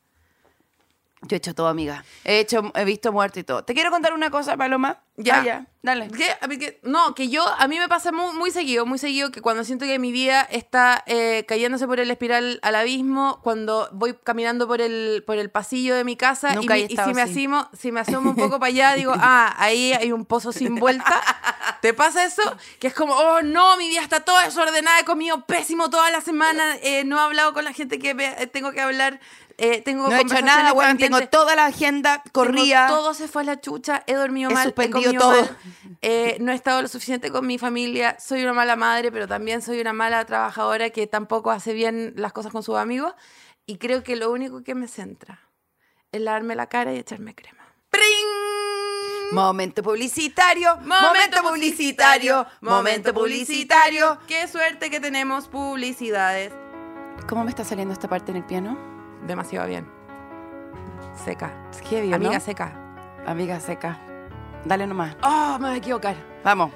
[SPEAKER 2] Yo he hecho todo, amiga. He hecho, he visto muerte y todo. Te quiero contar una cosa, Paloma.
[SPEAKER 3] Ya.
[SPEAKER 2] Ah, ya. Dale.
[SPEAKER 3] ¿Qué? A mí que- no, que yo, a mí me pasa muy, muy seguido, muy seguido que cuando siento que mi vida está eh, cayéndose por el espiral al abismo, cuando voy caminando por el, por el pasillo de mi casa
[SPEAKER 2] Nunca
[SPEAKER 3] y,
[SPEAKER 2] he
[SPEAKER 3] mi- y
[SPEAKER 2] estado
[SPEAKER 3] si, me
[SPEAKER 2] así.
[SPEAKER 3] asimo, si me asomo un poco para allá, digo, ah, ahí hay un pozo sin vuelta. ¿Te pasa eso? Que es como, oh no, mi vida está toda desordenada, he comido pésimo toda la semana, eh, no he hablado con la gente que me- eh, tengo que hablar, eh, tengo
[SPEAKER 2] No he hecho
[SPEAKER 3] conversaciones
[SPEAKER 2] nada, weón.
[SPEAKER 3] pendientes.
[SPEAKER 2] Tengo toda la agenda corrida.
[SPEAKER 3] Tengo- todo se fue a la chucha, he dormido
[SPEAKER 2] He
[SPEAKER 3] mal,
[SPEAKER 2] suspendido
[SPEAKER 3] comido
[SPEAKER 2] todo.
[SPEAKER 3] mal, eh, no he estado lo suficiente con mi familia, soy una mala madre, pero también soy una mala trabajadora que tampoco hace bien las cosas con sus amigos. Y creo que lo único que me centra es lavarme la cara y echarme crema. ¡Pring!
[SPEAKER 2] Momento publicitario. Momento publicitario. Momento publicitario.
[SPEAKER 3] Qué suerte que tenemos publicidades.
[SPEAKER 2] ¿Cómo me está saliendo esta parte en el piano?
[SPEAKER 3] Demasiado bien. Seca.
[SPEAKER 2] Es heavy, ¿o
[SPEAKER 3] Amiga
[SPEAKER 2] no?
[SPEAKER 3] seca.
[SPEAKER 2] Amiga seca. Dale nomás.
[SPEAKER 3] Oh, me voy a equivocar.
[SPEAKER 2] Vamos.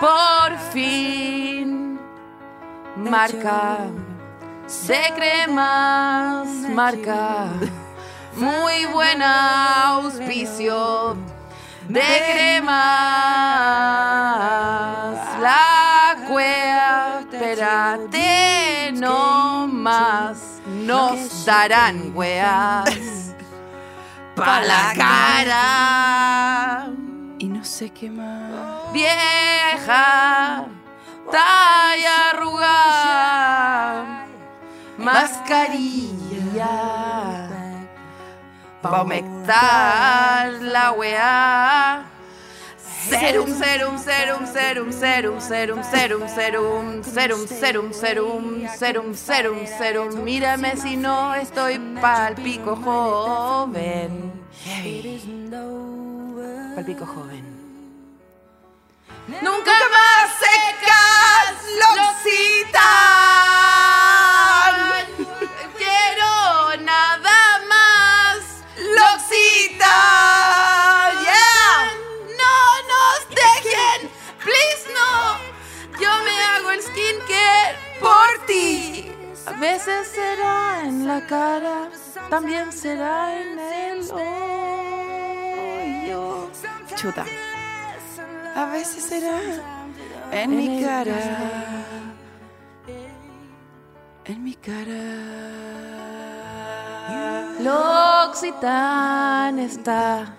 [SPEAKER 3] Por fin, marca de cremas, marca muy buena auspicio de cremas. La cueva, espérate, no más nos darán weas para la cara
[SPEAKER 2] Y no sé qué más.
[SPEAKER 3] vieja, talla arrugada, mascarilla, pa' humectar la weá. Serum, serum, serum, serum, serum, serum, serum, serum, serum, serum, serum, serum, serum, serum. Mírame si no estoy pa'l pico joven. Pa'l pico joven. Nunca más secas Loxitan. Quiero nada más Loxitan. Yeah. No nos dejen, please no. Yo me hago el skincare por ti. A veces será en la cara, también será en el hoyo.
[SPEAKER 2] Chuta. A veces será en mi cara. En mi cara.
[SPEAKER 3] L'Occitane está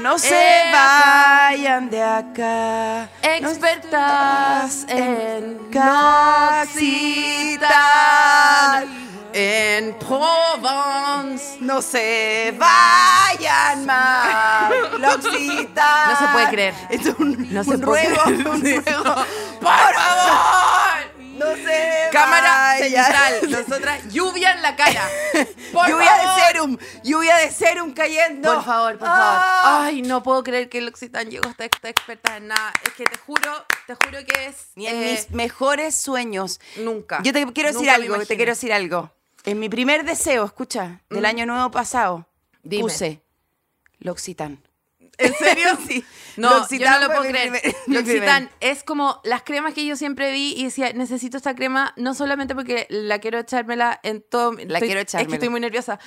[SPEAKER 2] No se
[SPEAKER 3] Eh,
[SPEAKER 2] vayan de acá.
[SPEAKER 3] expertas en
[SPEAKER 2] Caxitas.
[SPEAKER 3] en Provence.
[SPEAKER 2] No se vayan más. Loxita.
[SPEAKER 3] No se puede creer.
[SPEAKER 2] Es un,
[SPEAKER 3] No se
[SPEAKER 2] un
[SPEAKER 3] puede
[SPEAKER 2] ruego.
[SPEAKER 3] creer.
[SPEAKER 2] un ruego. ¡Por favor! No se
[SPEAKER 3] Cámara
[SPEAKER 2] Ay, ya.
[SPEAKER 3] central. Nosotras, lluvia en la cara. Por
[SPEAKER 2] lluvia
[SPEAKER 3] favor.
[SPEAKER 2] de serum, lluvia de serum cayendo.
[SPEAKER 3] Por favor, por
[SPEAKER 2] Ah.
[SPEAKER 3] favor. Ay, no puedo creer que el Occitan llegó hasta esta experta en nada. Es que te juro, te juro que es.
[SPEAKER 2] Ni en
[SPEAKER 3] eh,
[SPEAKER 2] mis mejores sueños.
[SPEAKER 3] Nunca.
[SPEAKER 2] Yo te quiero decir
[SPEAKER 3] Nunca me
[SPEAKER 2] algo, te
[SPEAKER 3] imaginé.
[SPEAKER 2] quiero decir algo. En mi primer deseo, escucha, del año nuevo pasado,
[SPEAKER 3] Dime.
[SPEAKER 2] puse L'Occitane.
[SPEAKER 3] ¿En serio?
[SPEAKER 2] Sí.
[SPEAKER 3] No,
[SPEAKER 2] L'Occitane
[SPEAKER 3] yo no lo
[SPEAKER 2] fue
[SPEAKER 3] puedo
[SPEAKER 2] mi
[SPEAKER 3] creer.
[SPEAKER 2] primer- mi
[SPEAKER 3] L'Occitane es como las cremas que yo siempre vi y decía, necesito esta crema, no solamente porque la quiero echármela en todo...
[SPEAKER 2] La quiero
[SPEAKER 3] Es que
[SPEAKER 2] echármela.
[SPEAKER 3] estoy muy nerviosa.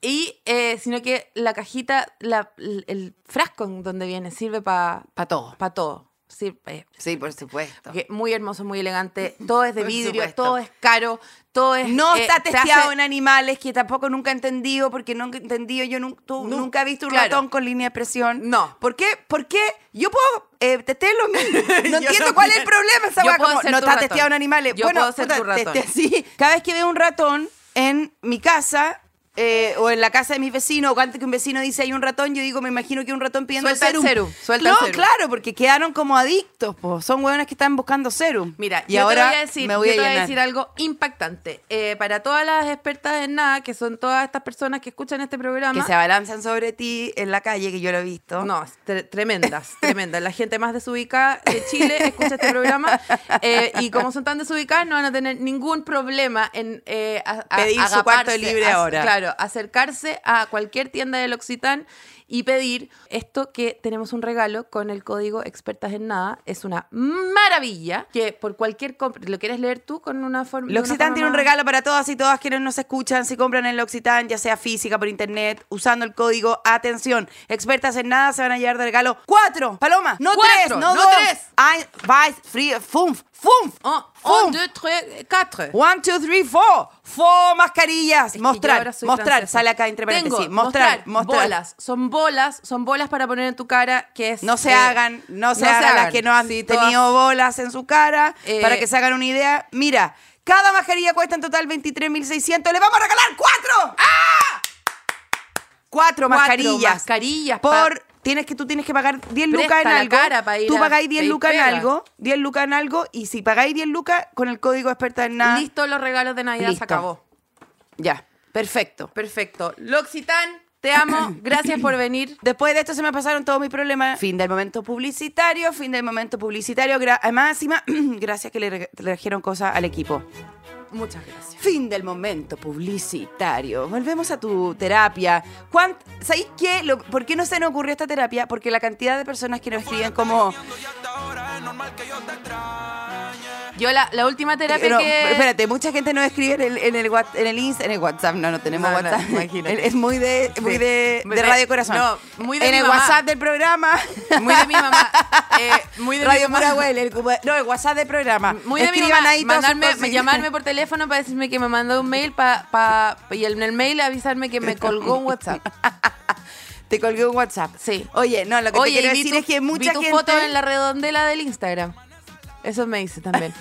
[SPEAKER 3] Y, eh, sino que la cajita, la- el frasco en donde viene, sirve para
[SPEAKER 2] Para todo.
[SPEAKER 3] pa todo. Sirve,
[SPEAKER 2] Sí, por supuesto.
[SPEAKER 3] Porque muy hermoso, muy elegante. Todo es de
[SPEAKER 2] Por
[SPEAKER 3] vidrio,
[SPEAKER 2] supuesto.
[SPEAKER 3] todo es caro, todo es.
[SPEAKER 2] No
[SPEAKER 3] eh,
[SPEAKER 2] está
[SPEAKER 3] te
[SPEAKER 2] testeado
[SPEAKER 3] hace-
[SPEAKER 2] en animales, que tampoco nunca he entendido, porque nunca he entendido, yo nun- tú
[SPEAKER 3] Nu-
[SPEAKER 2] nunca he visto un
[SPEAKER 3] claro.
[SPEAKER 2] ratón con línea de presión.
[SPEAKER 3] No.
[SPEAKER 2] ¿Por qué? ¿Por qué? Yo puedo eh, testearlo a mí. No entiendo
[SPEAKER 3] también.
[SPEAKER 2] cuál es el problema esa
[SPEAKER 3] Yo
[SPEAKER 2] weá,
[SPEAKER 3] puedo
[SPEAKER 2] como,
[SPEAKER 3] ser
[SPEAKER 2] no
[SPEAKER 3] tu
[SPEAKER 2] está
[SPEAKER 3] ratón.
[SPEAKER 2] testeado en animales.
[SPEAKER 3] Yo
[SPEAKER 2] bueno,
[SPEAKER 3] puedo ser
[SPEAKER 2] puta,
[SPEAKER 3] tu ratón.
[SPEAKER 2] teste- sí. Cada vez que veo un ratón en mi casa... eh, o en la casa de mis vecinos, o antes que un vecino dice hay un ratón, yo digo, me imagino que un ratón pidiendo
[SPEAKER 3] Suelta el
[SPEAKER 2] serum.
[SPEAKER 3] serum, suelta el
[SPEAKER 2] no,
[SPEAKER 3] serum.
[SPEAKER 2] claro, porque quedaron como adictos, po. son hueones que están buscando serum.
[SPEAKER 3] Mira,
[SPEAKER 2] y
[SPEAKER 3] yo
[SPEAKER 2] ahora
[SPEAKER 3] te voy a decir,
[SPEAKER 2] me voy
[SPEAKER 3] yo
[SPEAKER 2] a
[SPEAKER 3] te voy a
[SPEAKER 2] llenar.
[SPEAKER 3] decir algo impactante. Eh, para todas las expertas en nada, que son todas estas personas que escuchan este programa.
[SPEAKER 2] que se abalanzan sobre ti en la calle, que yo lo he visto.
[SPEAKER 3] No, es tre- tremendas, tremendas. La gente más desubicada de Chile escucha este programa eh, y como son tan desubicadas no van a tener ningún problema en eh, a- a-
[SPEAKER 2] Pedir su cuarto
[SPEAKER 3] agaparse,
[SPEAKER 2] libre ahora.
[SPEAKER 3] Claro, acercarse a cualquier tienda del Occitán y pedir esto que tenemos un regalo con el código Expertas en Nada. Es una maravilla que por cualquier compra, ¿lo quieres leer tú con una forma? de una
[SPEAKER 2] L'Occitán
[SPEAKER 3] forma
[SPEAKER 2] tiene un
[SPEAKER 3] más-
[SPEAKER 2] regalo para todas y todas quienes nos escuchan. Si compran en L'Occitán, ya sea física, por internet, usando el código Atención. Expertas en nada se van a llevar de regalo cuatro. Paloma, no
[SPEAKER 3] Cuatro,
[SPEAKER 2] tres, no,
[SPEAKER 3] no
[SPEAKER 2] dos.
[SPEAKER 3] tres. Oh.
[SPEAKER 2] Ein, zwei, drei, fünf, fünf.
[SPEAKER 3] Un, un,
[SPEAKER 2] fünf.
[SPEAKER 3] deux, tres, quatre.
[SPEAKER 2] One, two, three, four. Four mascarillas.
[SPEAKER 3] Es que yo
[SPEAKER 2] mostrar,
[SPEAKER 3] ahora soy
[SPEAKER 2] mostrar.
[SPEAKER 3] francesa.
[SPEAKER 2] Sale acá entre
[SPEAKER 3] Tengo,
[SPEAKER 2] paréntesis. mostrar, mostrar.
[SPEAKER 3] Bolas, son bolas, son bolas para poner en tu cara que es...
[SPEAKER 2] No se
[SPEAKER 3] eh,
[SPEAKER 2] hagan, no se hagan, las que no han
[SPEAKER 3] Sí, todas-
[SPEAKER 2] tenido bolas en su cara.
[SPEAKER 3] Eh,
[SPEAKER 2] para que se hagan una idea, mira, cada mascarilla cuesta en total 23.600. ¡Le vamos a regalar cuatro! ¡Ah! Cuatro,
[SPEAKER 3] Cuatro
[SPEAKER 2] mascarillas.
[SPEAKER 3] mascarillas pa-
[SPEAKER 2] Por. Tienes que, tú tienes que pagar 10
[SPEAKER 3] Presta
[SPEAKER 2] lucas en
[SPEAKER 3] la
[SPEAKER 2] algo.
[SPEAKER 3] cara pa ir
[SPEAKER 2] tú
[SPEAKER 3] a
[SPEAKER 2] pagáis 10
[SPEAKER 3] pedir
[SPEAKER 2] lucas en
[SPEAKER 3] pega.
[SPEAKER 2] algo. 10 lucas en algo. Y si pagáis 10 lucas, con el código experta en nada.
[SPEAKER 3] Listo los regalos de Navidad,
[SPEAKER 2] Listo.
[SPEAKER 3] se acabó.
[SPEAKER 2] Ya. Perfecto.
[SPEAKER 3] Perfecto. L'Occitán, te amo, gracias por venir.
[SPEAKER 2] Después de esto se me pasaron todos mis problemas. Fin del momento publicitario, fin del momento publicitario. Gra- Además, encima, gracias que le reg- trajeron cosas al equipo.
[SPEAKER 3] Muchas gracias.
[SPEAKER 2] Fin del momento publicitario. Volvemos a tu terapia. ¿Cuánt- ¿Sabéis qué? Lo- ¿Por qué no se nos ocurrió esta terapia? Porque la cantidad de personas que nos escriben como...
[SPEAKER 3] Yo la, la última terapia
[SPEAKER 2] eh, No,
[SPEAKER 3] que...
[SPEAKER 2] Espérate, mucha gente nos escribe en el, en el, Whats- en el Inst- en el WhatsApp. No, no tenemos
[SPEAKER 3] No, no,
[SPEAKER 2] WhatsApp.
[SPEAKER 3] imagínate.
[SPEAKER 2] Es muy de, muy de, de Radio Corazón.
[SPEAKER 3] No, muy de
[SPEAKER 2] en
[SPEAKER 3] mi
[SPEAKER 2] el
[SPEAKER 3] mamá.
[SPEAKER 2] WhatsApp del programa.
[SPEAKER 3] Muy de mi mamá. eh, muy de
[SPEAKER 2] Radio
[SPEAKER 3] mi mamá.
[SPEAKER 2] Pura Huel, el cubo- no, el WhatsApp del programa.
[SPEAKER 3] Muy de mi
[SPEAKER 2] Escriban
[SPEAKER 3] mamá,
[SPEAKER 2] ahí todas sus
[SPEAKER 3] mandarme-
[SPEAKER 2] cosas.
[SPEAKER 3] llamarme por teléfono para decirme que me mandó un mail pa, pa- y en el mail avisarme que me colgó un WhatsApp.
[SPEAKER 2] Te colgué un WhatsApp.
[SPEAKER 3] Sí.
[SPEAKER 2] Oye, no, lo que
[SPEAKER 3] Oye,
[SPEAKER 2] te quiero
[SPEAKER 3] y vi
[SPEAKER 2] decir
[SPEAKER 3] tu-
[SPEAKER 2] es que mucha
[SPEAKER 3] vi tu
[SPEAKER 2] gente.
[SPEAKER 3] foto en la redondela del Instagram. Eso me dice también.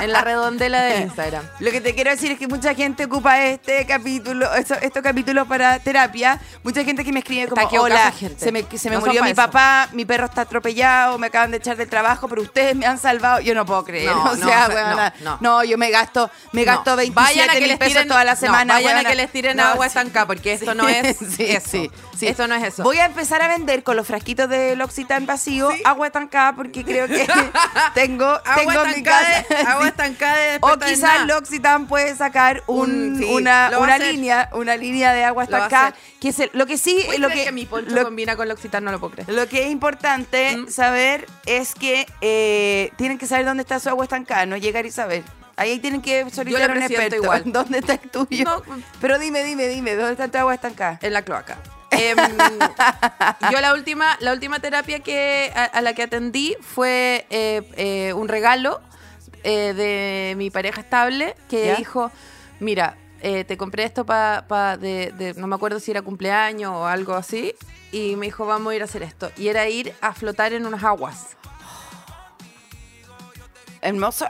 [SPEAKER 3] en la redondela del Instagram.
[SPEAKER 2] Lo que te quiero decir es que mucha gente ocupa este capítulo, eso- estos capítulos para terapia. Mucha gente que me escribe como,
[SPEAKER 3] equivocada
[SPEAKER 2] hola,
[SPEAKER 3] esa gente.
[SPEAKER 2] se me, que se me
[SPEAKER 3] No son
[SPEAKER 2] murió
[SPEAKER 3] pa'
[SPEAKER 2] mi
[SPEAKER 3] eso".
[SPEAKER 2] papá, mi perro está atropellado, me acaban de echar del trabajo, pero ustedes me han salvado. Yo no puedo creer.
[SPEAKER 3] No,
[SPEAKER 2] o
[SPEAKER 3] no,
[SPEAKER 2] sea,
[SPEAKER 3] no,
[SPEAKER 2] huevona,
[SPEAKER 3] no, no.
[SPEAKER 2] yo me gasto, me gasto
[SPEAKER 3] No,
[SPEAKER 2] 27 mil pesos toda la
[SPEAKER 3] no,
[SPEAKER 2] semana.
[SPEAKER 3] vayan
[SPEAKER 2] huevona.
[SPEAKER 3] a que les tiren
[SPEAKER 2] No,
[SPEAKER 3] agua
[SPEAKER 2] sí.
[SPEAKER 3] estanca, porque esto no es eso. Esto no es eso.
[SPEAKER 2] Voy a empezar a vender con los frasquitos del Occitán vacío agua estancada porque creo que tengo, tengo en mi casa.
[SPEAKER 3] de- agua
[SPEAKER 2] Sí.
[SPEAKER 3] estancada de
[SPEAKER 2] O
[SPEAKER 3] despertar en
[SPEAKER 2] quizás
[SPEAKER 3] nada.
[SPEAKER 2] L'Occitane puede sacar un-
[SPEAKER 3] Un- sí,
[SPEAKER 2] una,
[SPEAKER 3] lo va
[SPEAKER 2] una
[SPEAKER 3] a hacer.
[SPEAKER 2] línea, una línea de agua
[SPEAKER 3] Lo va a
[SPEAKER 2] estancada.
[SPEAKER 3] hacer.
[SPEAKER 2] Que es el- lo que sí,
[SPEAKER 3] ¿Puedes
[SPEAKER 2] lo
[SPEAKER 3] creer
[SPEAKER 2] que,
[SPEAKER 3] mi poncho
[SPEAKER 2] lo,
[SPEAKER 3] combina con l'occitán? No lo puedo creer.
[SPEAKER 2] lo que es importante
[SPEAKER 3] Mm.
[SPEAKER 2] saber es que eh, tienen que saber dónde está su agua estancada, no llegar y saber. Ahí tienen que solicitar un
[SPEAKER 3] presiento
[SPEAKER 2] experto.
[SPEAKER 3] igual.
[SPEAKER 2] ¿Dónde está el tuyo?
[SPEAKER 3] No.
[SPEAKER 2] Pero dime, dime, dime, ¿dónde está tu agua estancada?
[SPEAKER 3] En la cloaca. Em, yo la última, la última terapia que, a, a la que atendí fue eh, eh, un regalo eh, de mi pareja estable que
[SPEAKER 2] ¿Ya?
[SPEAKER 3] dijo, mira, eh, te compré esto para, de, de- no me acuerdo si era cumpleaños o algo así, y me dijo, vamos a ir a hacer esto. Y era ir a flotar en unas aguas.
[SPEAKER 2] Hermoso,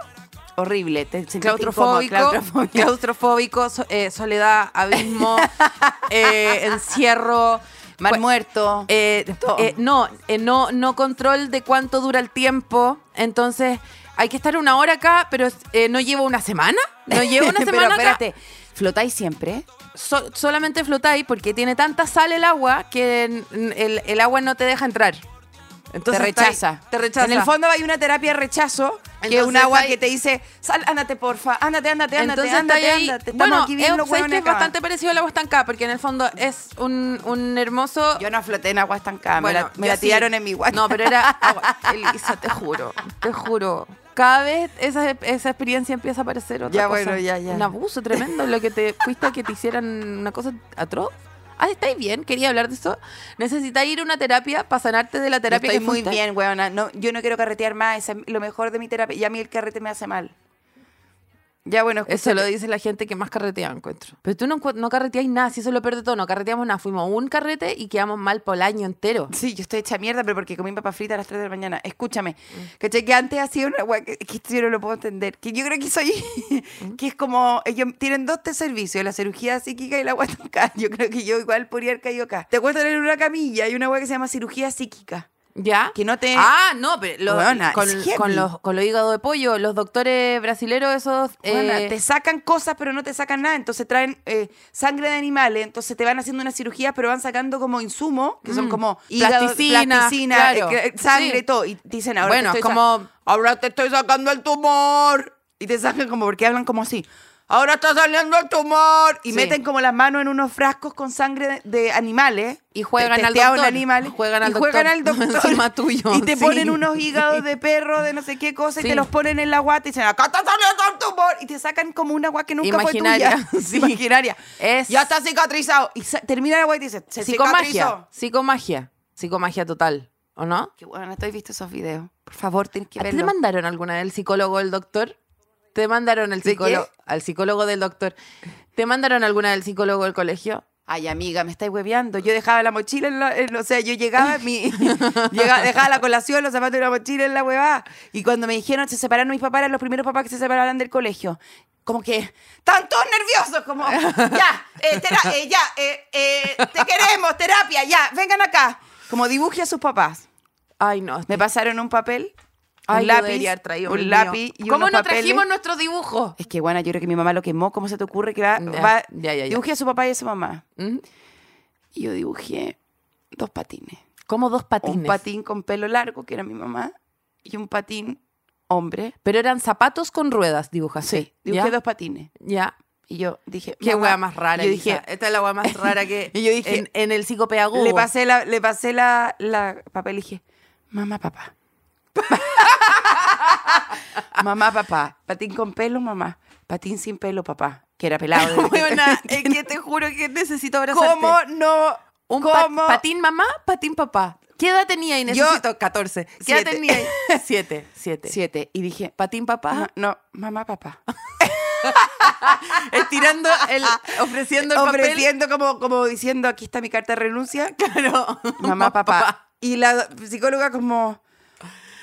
[SPEAKER 2] horrible, te sentiste
[SPEAKER 3] claustrofóbico,
[SPEAKER 2] incómodo, claustrofóbico.
[SPEAKER 3] claustrofóbico, so- eh, soledad, abismo, eh, encierro.
[SPEAKER 2] Mar
[SPEAKER 3] Pues,
[SPEAKER 2] muerto.
[SPEAKER 3] eh,
[SPEAKER 2] Todo.
[SPEAKER 3] eh, no, eh, no, no control de cuánto dura el tiempo. Entonces, hay que estar una hora acá, pero eh, no llevo una semana. No llevo una
[SPEAKER 2] Pero
[SPEAKER 3] semana acá.
[SPEAKER 2] espérate, ¿flotáis siempre?
[SPEAKER 3] So- solamente flotáis porque tiene tanta sal el agua que en- en- el, el agua no te deja entrar. Entonces
[SPEAKER 2] te
[SPEAKER 3] estáis-
[SPEAKER 2] rechaza.
[SPEAKER 3] Te rechaza.
[SPEAKER 2] En el fondo hay una terapia de rechazo, que es
[SPEAKER 3] Entonces
[SPEAKER 2] un agua
[SPEAKER 3] estáis-
[SPEAKER 2] que te dice, sal, ándate, porfa, ándate, ándate, ándate,
[SPEAKER 3] Entonces
[SPEAKER 2] ándate,
[SPEAKER 3] estáis ahí-
[SPEAKER 2] ándate. Estamos
[SPEAKER 3] Bueno,
[SPEAKER 2] aquí
[SPEAKER 3] es,
[SPEAKER 2] viendo
[SPEAKER 3] ¿sabes
[SPEAKER 2] hueones
[SPEAKER 3] que es
[SPEAKER 2] acá.
[SPEAKER 3] bastante parecido al agua estancada porque en el fondo es un, un hermoso...
[SPEAKER 2] Yo no floté en agua estancada, Ah, me la,
[SPEAKER 3] Bueno,
[SPEAKER 2] me
[SPEAKER 3] yo
[SPEAKER 2] la
[SPEAKER 3] sí.
[SPEAKER 2] tiraron en mi guata.
[SPEAKER 3] No, pero era agua. Elisa, te juro, te juro. Cada vez esa, esa experiencia empieza a parecer otra
[SPEAKER 2] Ya,
[SPEAKER 3] cosa.
[SPEAKER 2] bueno, ya, ya.
[SPEAKER 3] Un abuso tremendo lo que te fuiste a que te hicieran una cosa atroz. Ah, ¿estáis bien? Quería hablar de eso. Necesitáis ir a una terapia para sanarte de la
[SPEAKER 2] Yo
[SPEAKER 3] terapia
[SPEAKER 2] estoy
[SPEAKER 3] que
[SPEAKER 2] muy
[SPEAKER 3] fuiste.
[SPEAKER 2] bien, weona. No, yo no quiero carretear más, esa es lo mejor de mi terapia. Y a mí el carrete me hace mal. Ya, bueno,
[SPEAKER 3] Eso lo
[SPEAKER 2] escúchate.
[SPEAKER 3] dice la gente que más carretea encuentro. Pero tú no, encuent- no carreteáis nada, si eso es lo peor de todo. No carreteamos nada. Fuimos a un carrete y quedamos mal por el año entero.
[SPEAKER 2] Sí, yo estoy hecha mierda, pero porque comí papa frita a las 3 de la mañana. Escúchame. ¿Cachai? Que antes hacía una weá que, que esto yo no lo puedo entender. Que yo creo que soy. que es como. Ellos tienen dos te servicios, la cirugía psíquica y la weá acá. Yo creo que yo igual podría haber caído acá. Te acuerdas en una camilla y una weá que se llama cirugía psíquica.
[SPEAKER 3] ¿Ya?
[SPEAKER 2] Que no te-
[SPEAKER 3] Ah, no, pero lo-
[SPEAKER 2] Weona,
[SPEAKER 3] con,
[SPEAKER 2] es heavy.
[SPEAKER 3] con los, con los hígados de pollo, los doctores brasileros, esos.
[SPEAKER 2] Weona,
[SPEAKER 3] eh,
[SPEAKER 2] te sacan cosas, pero no te sacan nada. Entonces traen eh, sangre de animales, entonces te van haciendo unas cirugías, pero van sacando como insumos, que son como hígado,
[SPEAKER 3] Mm. Plasticina,
[SPEAKER 2] plasticina,
[SPEAKER 3] claro.
[SPEAKER 2] eh, que- sangre,
[SPEAKER 3] Sí.
[SPEAKER 2] todo. Y te dicen, ahora
[SPEAKER 3] Bueno,
[SPEAKER 2] te
[SPEAKER 3] es
[SPEAKER 2] estoy
[SPEAKER 3] como-
[SPEAKER 2] sa- ahora te estoy sacando el tumor. Y te sacan como, porque hablan como así. Ahora está saliendo el tumor. Y
[SPEAKER 3] Sí.
[SPEAKER 2] meten como las manos en unos frascos con sangre de, de animales.
[SPEAKER 3] Y juegan
[SPEAKER 2] te-
[SPEAKER 3] al
[SPEAKER 2] testeado en
[SPEAKER 3] doctor.
[SPEAKER 2] animales,
[SPEAKER 3] Juegan al
[SPEAKER 2] y juegan al
[SPEAKER 3] doctor.
[SPEAKER 2] doctor.
[SPEAKER 3] Encima tuyo,
[SPEAKER 2] Y te
[SPEAKER 3] sí.
[SPEAKER 2] ponen unos hígados de perro, de no sé qué cosa,
[SPEAKER 3] Sí.
[SPEAKER 2] y te los ponen en la guata y dicen, acá está saliendo el tumor. Y te sacan como una guata que nunca
[SPEAKER 3] Imaginaria,
[SPEAKER 2] fue tuya.
[SPEAKER 3] sí.
[SPEAKER 2] Imaginaria.
[SPEAKER 3] Es-
[SPEAKER 2] Ya está cicatrizado. Y sa- termina la guata y dice, se
[SPEAKER 3] psicomagia.
[SPEAKER 2] cicatrizó.
[SPEAKER 3] Psicomagia. Psicomagia total. ¿O no?
[SPEAKER 2] Qué bueno, estoy visto esos videos. Por favor, tenés que
[SPEAKER 3] ¿A ti te
[SPEAKER 2] verlo.
[SPEAKER 3] mandaron alguna del psicólogo del doctor? ¿Te mandaron el
[SPEAKER 2] ¿De
[SPEAKER 3] psicólogo, al psicólogo del doctor? ¿Te mandaron alguna del psicólogo del colegio?
[SPEAKER 2] Ay, amiga, me estáis hueveando. Yo dejaba la mochila en la... en- o sea, yo llegaba, mi, llegaba- dejaba la colación, los zapatos y la mochila en la huevada. Y cuando me dijeron, se separaron mis papás, eran los primeros papás que se separaran del colegio. Como que, están todos nerviosos, como, ya, eh, tera- eh, ya, eh, eh, te queremos, terapia, ya, vengan acá. Como dibuje a sus papás.
[SPEAKER 3] Ay, no.
[SPEAKER 2] Me pasaron un papel, un
[SPEAKER 3] Ay, yo
[SPEAKER 2] lápiz,
[SPEAKER 3] debería haber traído el
[SPEAKER 2] un
[SPEAKER 3] mío.
[SPEAKER 2] lápiz y
[SPEAKER 3] ¿Cómo
[SPEAKER 2] unos
[SPEAKER 3] no
[SPEAKER 2] papeles.
[SPEAKER 3] trajimos nuestros dibujos?
[SPEAKER 2] Es que, bueno, yo creo que mi mamá lo quemó. ¿Cómo se te ocurre que va,
[SPEAKER 3] Ya,
[SPEAKER 2] va-
[SPEAKER 3] ya, ya, ya.
[SPEAKER 2] dibujé a su papá y a su mamá?
[SPEAKER 3] ¿Mm?
[SPEAKER 2] Y yo dibujé dos patines.
[SPEAKER 3] Como dos patines.
[SPEAKER 2] Un patín con pelo largo, que era mi mamá, y un patín hombre.
[SPEAKER 3] Pero eran zapatos con ruedas, dibujaste.
[SPEAKER 2] Sí, dibujé
[SPEAKER 3] ¿Ya?
[SPEAKER 2] dos patines.
[SPEAKER 3] Ya.
[SPEAKER 2] Y yo dije,
[SPEAKER 3] Qué
[SPEAKER 2] mamá,
[SPEAKER 3] hueá más rara.
[SPEAKER 2] Yo
[SPEAKER 3] Elisa. Oh.
[SPEAKER 2] dije,
[SPEAKER 3] esta es la hueá más rara que.
[SPEAKER 2] Y yo dije,
[SPEAKER 3] en, en el psicopedagogo.
[SPEAKER 2] le pasé la, le pasé la, la papel y dije, mamá, papá. mamá, papá. Patín con pelo, mamá. Patín sin pelo, papá. Que era pelado. desde que-
[SPEAKER 3] Hueona, es que te juro que necesito abrazarte.
[SPEAKER 2] ¿Cómo no?
[SPEAKER 3] Un pa-
[SPEAKER 2] ¿Cómo?
[SPEAKER 3] patín mamá, patín papá. ¿Qué edad tenía y
[SPEAKER 2] Yo-
[SPEAKER 3] necesito 14. ¿Qué edad
[SPEAKER 2] Siete.
[SPEAKER 3] tenía ahí? Siete, siete.
[SPEAKER 2] Siete. Y dije,
[SPEAKER 3] Patín
[SPEAKER 2] "Ma-
[SPEAKER 3] papá,
[SPEAKER 2] no, mamá, papá.
[SPEAKER 3] estirando el, ofreciendo el
[SPEAKER 2] Ofreciendo como, como diciendo, aquí está mi carta de renuncia.
[SPEAKER 3] papel. Claro.
[SPEAKER 2] mamá, papá. Y la psicóloga como,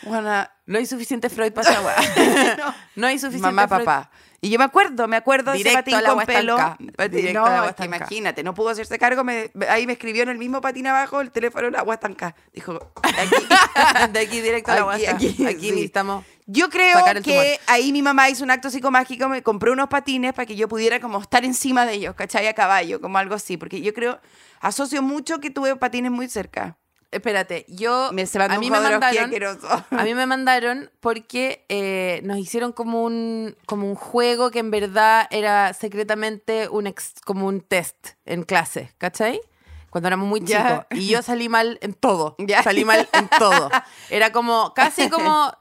[SPEAKER 2] bueno,
[SPEAKER 3] No hay suficiente Freud para esa hueá. no. hay suficiente
[SPEAKER 2] mamá,
[SPEAKER 3] Freud.
[SPEAKER 2] papá. Y yo me acuerdo, me acuerdo de ese
[SPEAKER 3] Directo
[SPEAKER 2] patín
[SPEAKER 3] al agua
[SPEAKER 2] con pelo.
[SPEAKER 3] estanca.
[SPEAKER 2] Patín-
[SPEAKER 3] Directo
[SPEAKER 2] no,
[SPEAKER 3] al agua
[SPEAKER 2] es que
[SPEAKER 3] estanca.
[SPEAKER 2] imagínate, no pudo hacerse cargo. me- ahí me escribió en el mismo patín abajo el teléfono el agua estanca. Dijo, aquí,
[SPEAKER 3] De aquí directo a la
[SPEAKER 2] Aquí,
[SPEAKER 3] WhatsApp. Aquí,
[SPEAKER 2] aquí, sí.
[SPEAKER 3] necesitamos.
[SPEAKER 2] Yo creo
[SPEAKER 3] Sacar el tumor.
[SPEAKER 2] que ahí mi mamá hizo un acto psicomágico, me compró unos patines para que yo pudiera como estar encima de ellos, ¿cachai? A caballo, como algo así. Porque yo creo, asocio mucho que tuve patines muy cerca.
[SPEAKER 3] Espérate, yo.
[SPEAKER 2] Me, se
[SPEAKER 3] a mí me mandaron.
[SPEAKER 2] asqueroso.
[SPEAKER 3] A mí me mandaron porque eh, nos hicieron como un, como un juego que en verdad era secretamente un ex- como un test en clase, ¿cachai? Cuando éramos muy chicos.
[SPEAKER 2] Ya.
[SPEAKER 3] Y yo salí mal en todo.
[SPEAKER 2] Ya.
[SPEAKER 3] Salí mal en todo. Era como, casi como,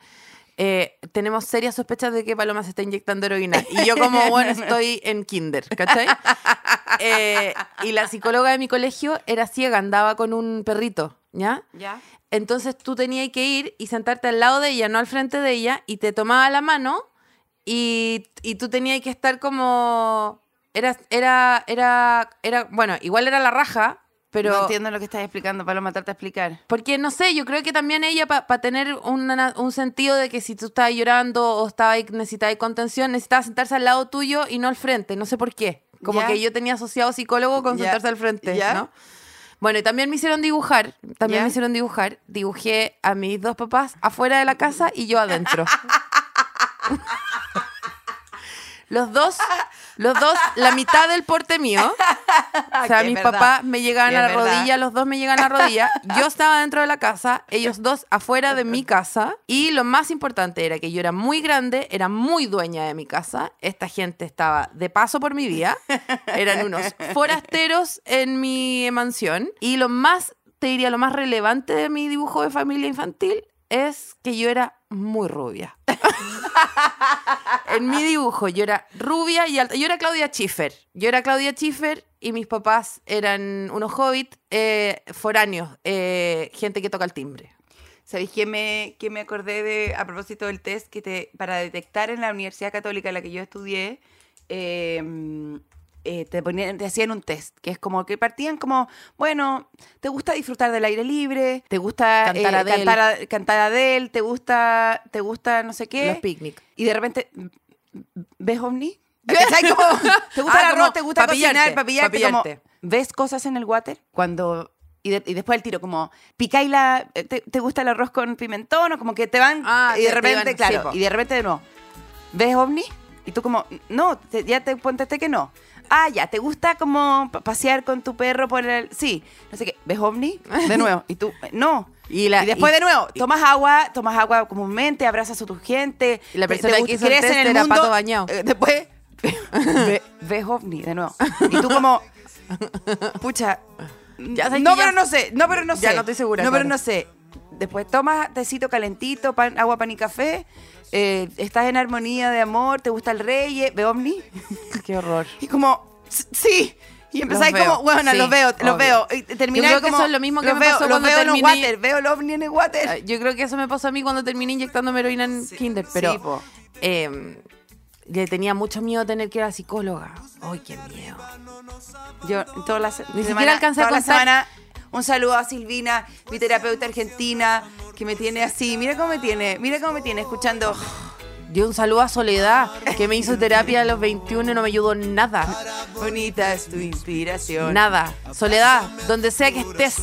[SPEAKER 3] eh, tenemos serias sospechas de que Paloma se está inyectando heroína. Y yo como, bueno, estoy en kinder, ¿cachai? Eh, y la psicóloga de mi colegio era ciega, andaba con un perrito, ¿ya?
[SPEAKER 2] ¿Ya?
[SPEAKER 3] Entonces tú tenías que ir y sentarte al lado de ella, no al frente de ella, y te tomaba la mano y, y tú tenías que estar como... Era, era, era, era, bueno, igual era la raja, pero...
[SPEAKER 2] no entiendo lo que estás explicando, Paloma, trata de explicar.
[SPEAKER 3] Porque no sé, yo creo que también ella, para tener una- un sentido de que si tú estabas llorando o estabas ahí- necesitabas contención, necesitaba sentarse al lado tuyo y no al frente, no sé por qué. Como
[SPEAKER 2] Ya.
[SPEAKER 3] que yo tenía asociado psicólogo con
[SPEAKER 2] Ya.
[SPEAKER 3] sentarse al frente,
[SPEAKER 2] Ya.
[SPEAKER 3] ¿no? Bueno, y también me hicieron dibujar, también
[SPEAKER 2] Ya.
[SPEAKER 3] me hicieron dibujar. Dibujé a mis dos papás afuera de la casa y yo adentro. Los dos, los dos, la mitad del porte mío. O sea,
[SPEAKER 2] Ah, Que es
[SPEAKER 3] mis
[SPEAKER 2] verdad.
[SPEAKER 3] papás me llegaban
[SPEAKER 2] Que
[SPEAKER 3] a
[SPEAKER 2] es
[SPEAKER 3] la
[SPEAKER 2] verdad.
[SPEAKER 3] rodilla, los dos me llegaban a la rodilla. Yo estaba dentro de la casa, ellos dos afuera de mi casa. Y lo más importante era que yo era muy grande, era muy dueña de mi casa. Esta gente estaba de paso por mi vía. Eran unos forasteros en mi mansión. Y lo más, te diría, lo más relevante de mi dibujo de familia infantil es que yo era muy rubia. En
[SPEAKER 2] Ah,
[SPEAKER 3] mi dibujo yo era rubia y alta. Yo era Claudia Schiffer. Yo era Claudia Schiffer y mis papás eran unos hobbits eh, foráneos, eh, gente que toca el timbre.
[SPEAKER 2] ¿Sabéis qué me, qué me acordé de, a propósito del test que te, para detectar en la Universidad Católica en la que yo estudié, eh, eh, te, ponían, te hacían un test, que es como que partían como, bueno, ¿te gusta disfrutar del aire libre? ¿Te gusta
[SPEAKER 3] Cantar
[SPEAKER 2] eh,
[SPEAKER 3] Adele.
[SPEAKER 2] cantar, a- cantar Adele? ¿Te gusta, ¿Te gusta no sé qué?
[SPEAKER 3] Los picnic.
[SPEAKER 2] y de repente, mm, ¿ves ovni? ¿Cachai? Como, ¿Te gusta
[SPEAKER 3] Ah,
[SPEAKER 2] el arroz?
[SPEAKER 3] como
[SPEAKER 2] ¿Te gusta
[SPEAKER 3] pa' pillarte,
[SPEAKER 2] cocinar? Para pillarte,
[SPEAKER 3] pa'
[SPEAKER 2] como,
[SPEAKER 3] pillarte.
[SPEAKER 2] ¿Ves cosas en el water? Cuando... Y, de- y después el tiro, como, picáis la... eh, Te, te gusta el arroz con pimentón? O como que te van...
[SPEAKER 3] Ah,
[SPEAKER 2] y de
[SPEAKER 3] te- te
[SPEAKER 2] repente,
[SPEAKER 3] van- sí,
[SPEAKER 2] claro.
[SPEAKER 3] po.
[SPEAKER 2] y de repente de nuevo, ¿ves ovni? Y tú como, no, te- ya te contesté que no. Ah, ya, ¿te gusta como pa- pasear con tu perro por el...? Sí, no sé qué. ¿Ves ovni? De nuevo. Y tú, eh, no.
[SPEAKER 3] Y la-
[SPEAKER 2] Y después
[SPEAKER 3] y-
[SPEAKER 2] de nuevo, tomas agua, tomas agua comúnmente, abrazas a tu gente.
[SPEAKER 3] Y la
[SPEAKER 2] te-
[SPEAKER 3] persona
[SPEAKER 2] te
[SPEAKER 3] que
[SPEAKER 2] gusta-
[SPEAKER 3] hizo el
[SPEAKER 2] crees
[SPEAKER 3] test
[SPEAKER 2] en el
[SPEAKER 3] era
[SPEAKER 2] mundo,
[SPEAKER 3] Pato Bañado.
[SPEAKER 2] eh, después, ve- ves ovni de nuevo. Y tú como, pucha,
[SPEAKER 3] sabes
[SPEAKER 2] no,
[SPEAKER 3] que ya-
[SPEAKER 2] pero no sé, no, pero no sé.
[SPEAKER 3] Ya no estoy segura,
[SPEAKER 2] No, pero
[SPEAKER 3] claro.
[SPEAKER 2] no sé. Después tomas tecito calentito, pan- agua, pan y café. eh, estás en armonía de amor, te gusta el rey, ve ovni.
[SPEAKER 3] Qué horror.
[SPEAKER 2] Y como, "S- sí. Y empezáis
[SPEAKER 3] Los veo,
[SPEAKER 2] como, bueno,
[SPEAKER 3] sí,
[SPEAKER 2] los veo,
[SPEAKER 3] obvio.
[SPEAKER 2] los veo. Y te- termináis
[SPEAKER 3] creo que
[SPEAKER 2] como,
[SPEAKER 3] eso es lo mismo que
[SPEAKER 2] los
[SPEAKER 3] me
[SPEAKER 2] veo,
[SPEAKER 3] pasó
[SPEAKER 2] los
[SPEAKER 3] cuando
[SPEAKER 2] veo en
[SPEAKER 3] terminé-
[SPEAKER 2] el water, veo el ovni en el water.
[SPEAKER 3] Eh, Yo creo que eso me pasó a mí cuando terminé inyectándome heroína en kinder,
[SPEAKER 2] sí, po.
[SPEAKER 3] pero eh, le tenía mucho miedo tener que ir a la psicóloga. Ay, qué miedo.
[SPEAKER 2] Yo todas las
[SPEAKER 3] Ni siquiera alcancé a
[SPEAKER 2] toda la
[SPEAKER 3] contar.
[SPEAKER 2] semana, un saludo a Silvina, mi terapeuta argentina, que me tiene así, mira cómo me tiene, mira cómo me tiene escuchando.
[SPEAKER 3] Dio un saludo a Soledad, que me hizo terapia a los 21 y no me ayudó en nada.
[SPEAKER 2] Bonita es tu inspiración.
[SPEAKER 3] Nada. Soledad, donde sea que estés,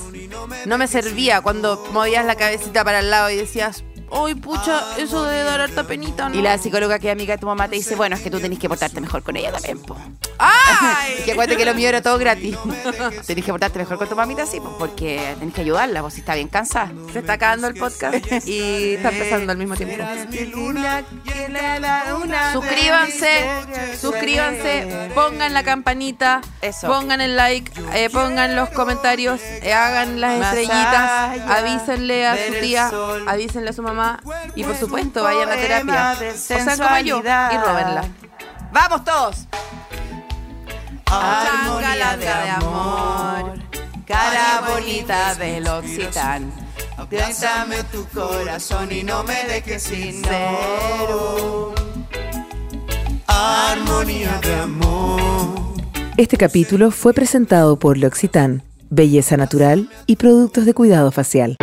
[SPEAKER 3] no me servía cuando movías la cabecita para el lado y decías, ¡ay, pucha! Eso debe dar harta penita, ¿no?
[SPEAKER 2] Y la psicóloga que es amiga de tu mamá te dice, bueno, es que tú tenés que portarte mejor con ella también, po.
[SPEAKER 3] ¡Ay!
[SPEAKER 2] Que acuérdate que lo mío era todo gratis. tenés que portarte mejor con tu mamita, sí, pues, porque tenés que ayudarla, vos si está bien cansada.
[SPEAKER 3] Se está acabando el podcast y está empezando al mismo tiempo. Suscríbanse, suscríbanse, pongan la campanita,
[SPEAKER 2] Eso.
[SPEAKER 3] pongan el like, eh, pongan los comentarios, eh, hagan las
[SPEAKER 2] Más
[SPEAKER 3] estrellitas,
[SPEAKER 2] allá
[SPEAKER 3] avísenle a su
[SPEAKER 2] del
[SPEAKER 3] tía,
[SPEAKER 2] sol.
[SPEAKER 3] avísenle a su mamá y por
[SPEAKER 2] Es un
[SPEAKER 3] supuesto vayan a terapia.
[SPEAKER 2] poema de
[SPEAKER 3] O sea, como yo y
[SPEAKER 2] sensualidad.
[SPEAKER 3] róbenla.
[SPEAKER 2] ¡Vamos todos!
[SPEAKER 3] Armonía de amor, cara bonita
[SPEAKER 2] del Occitán. Abrázame tu corazón y no me dejes sin
[SPEAKER 4] Este capítulo fue presentado por L'Occitane, Belleza Natural y Productos de Cuidado Facial.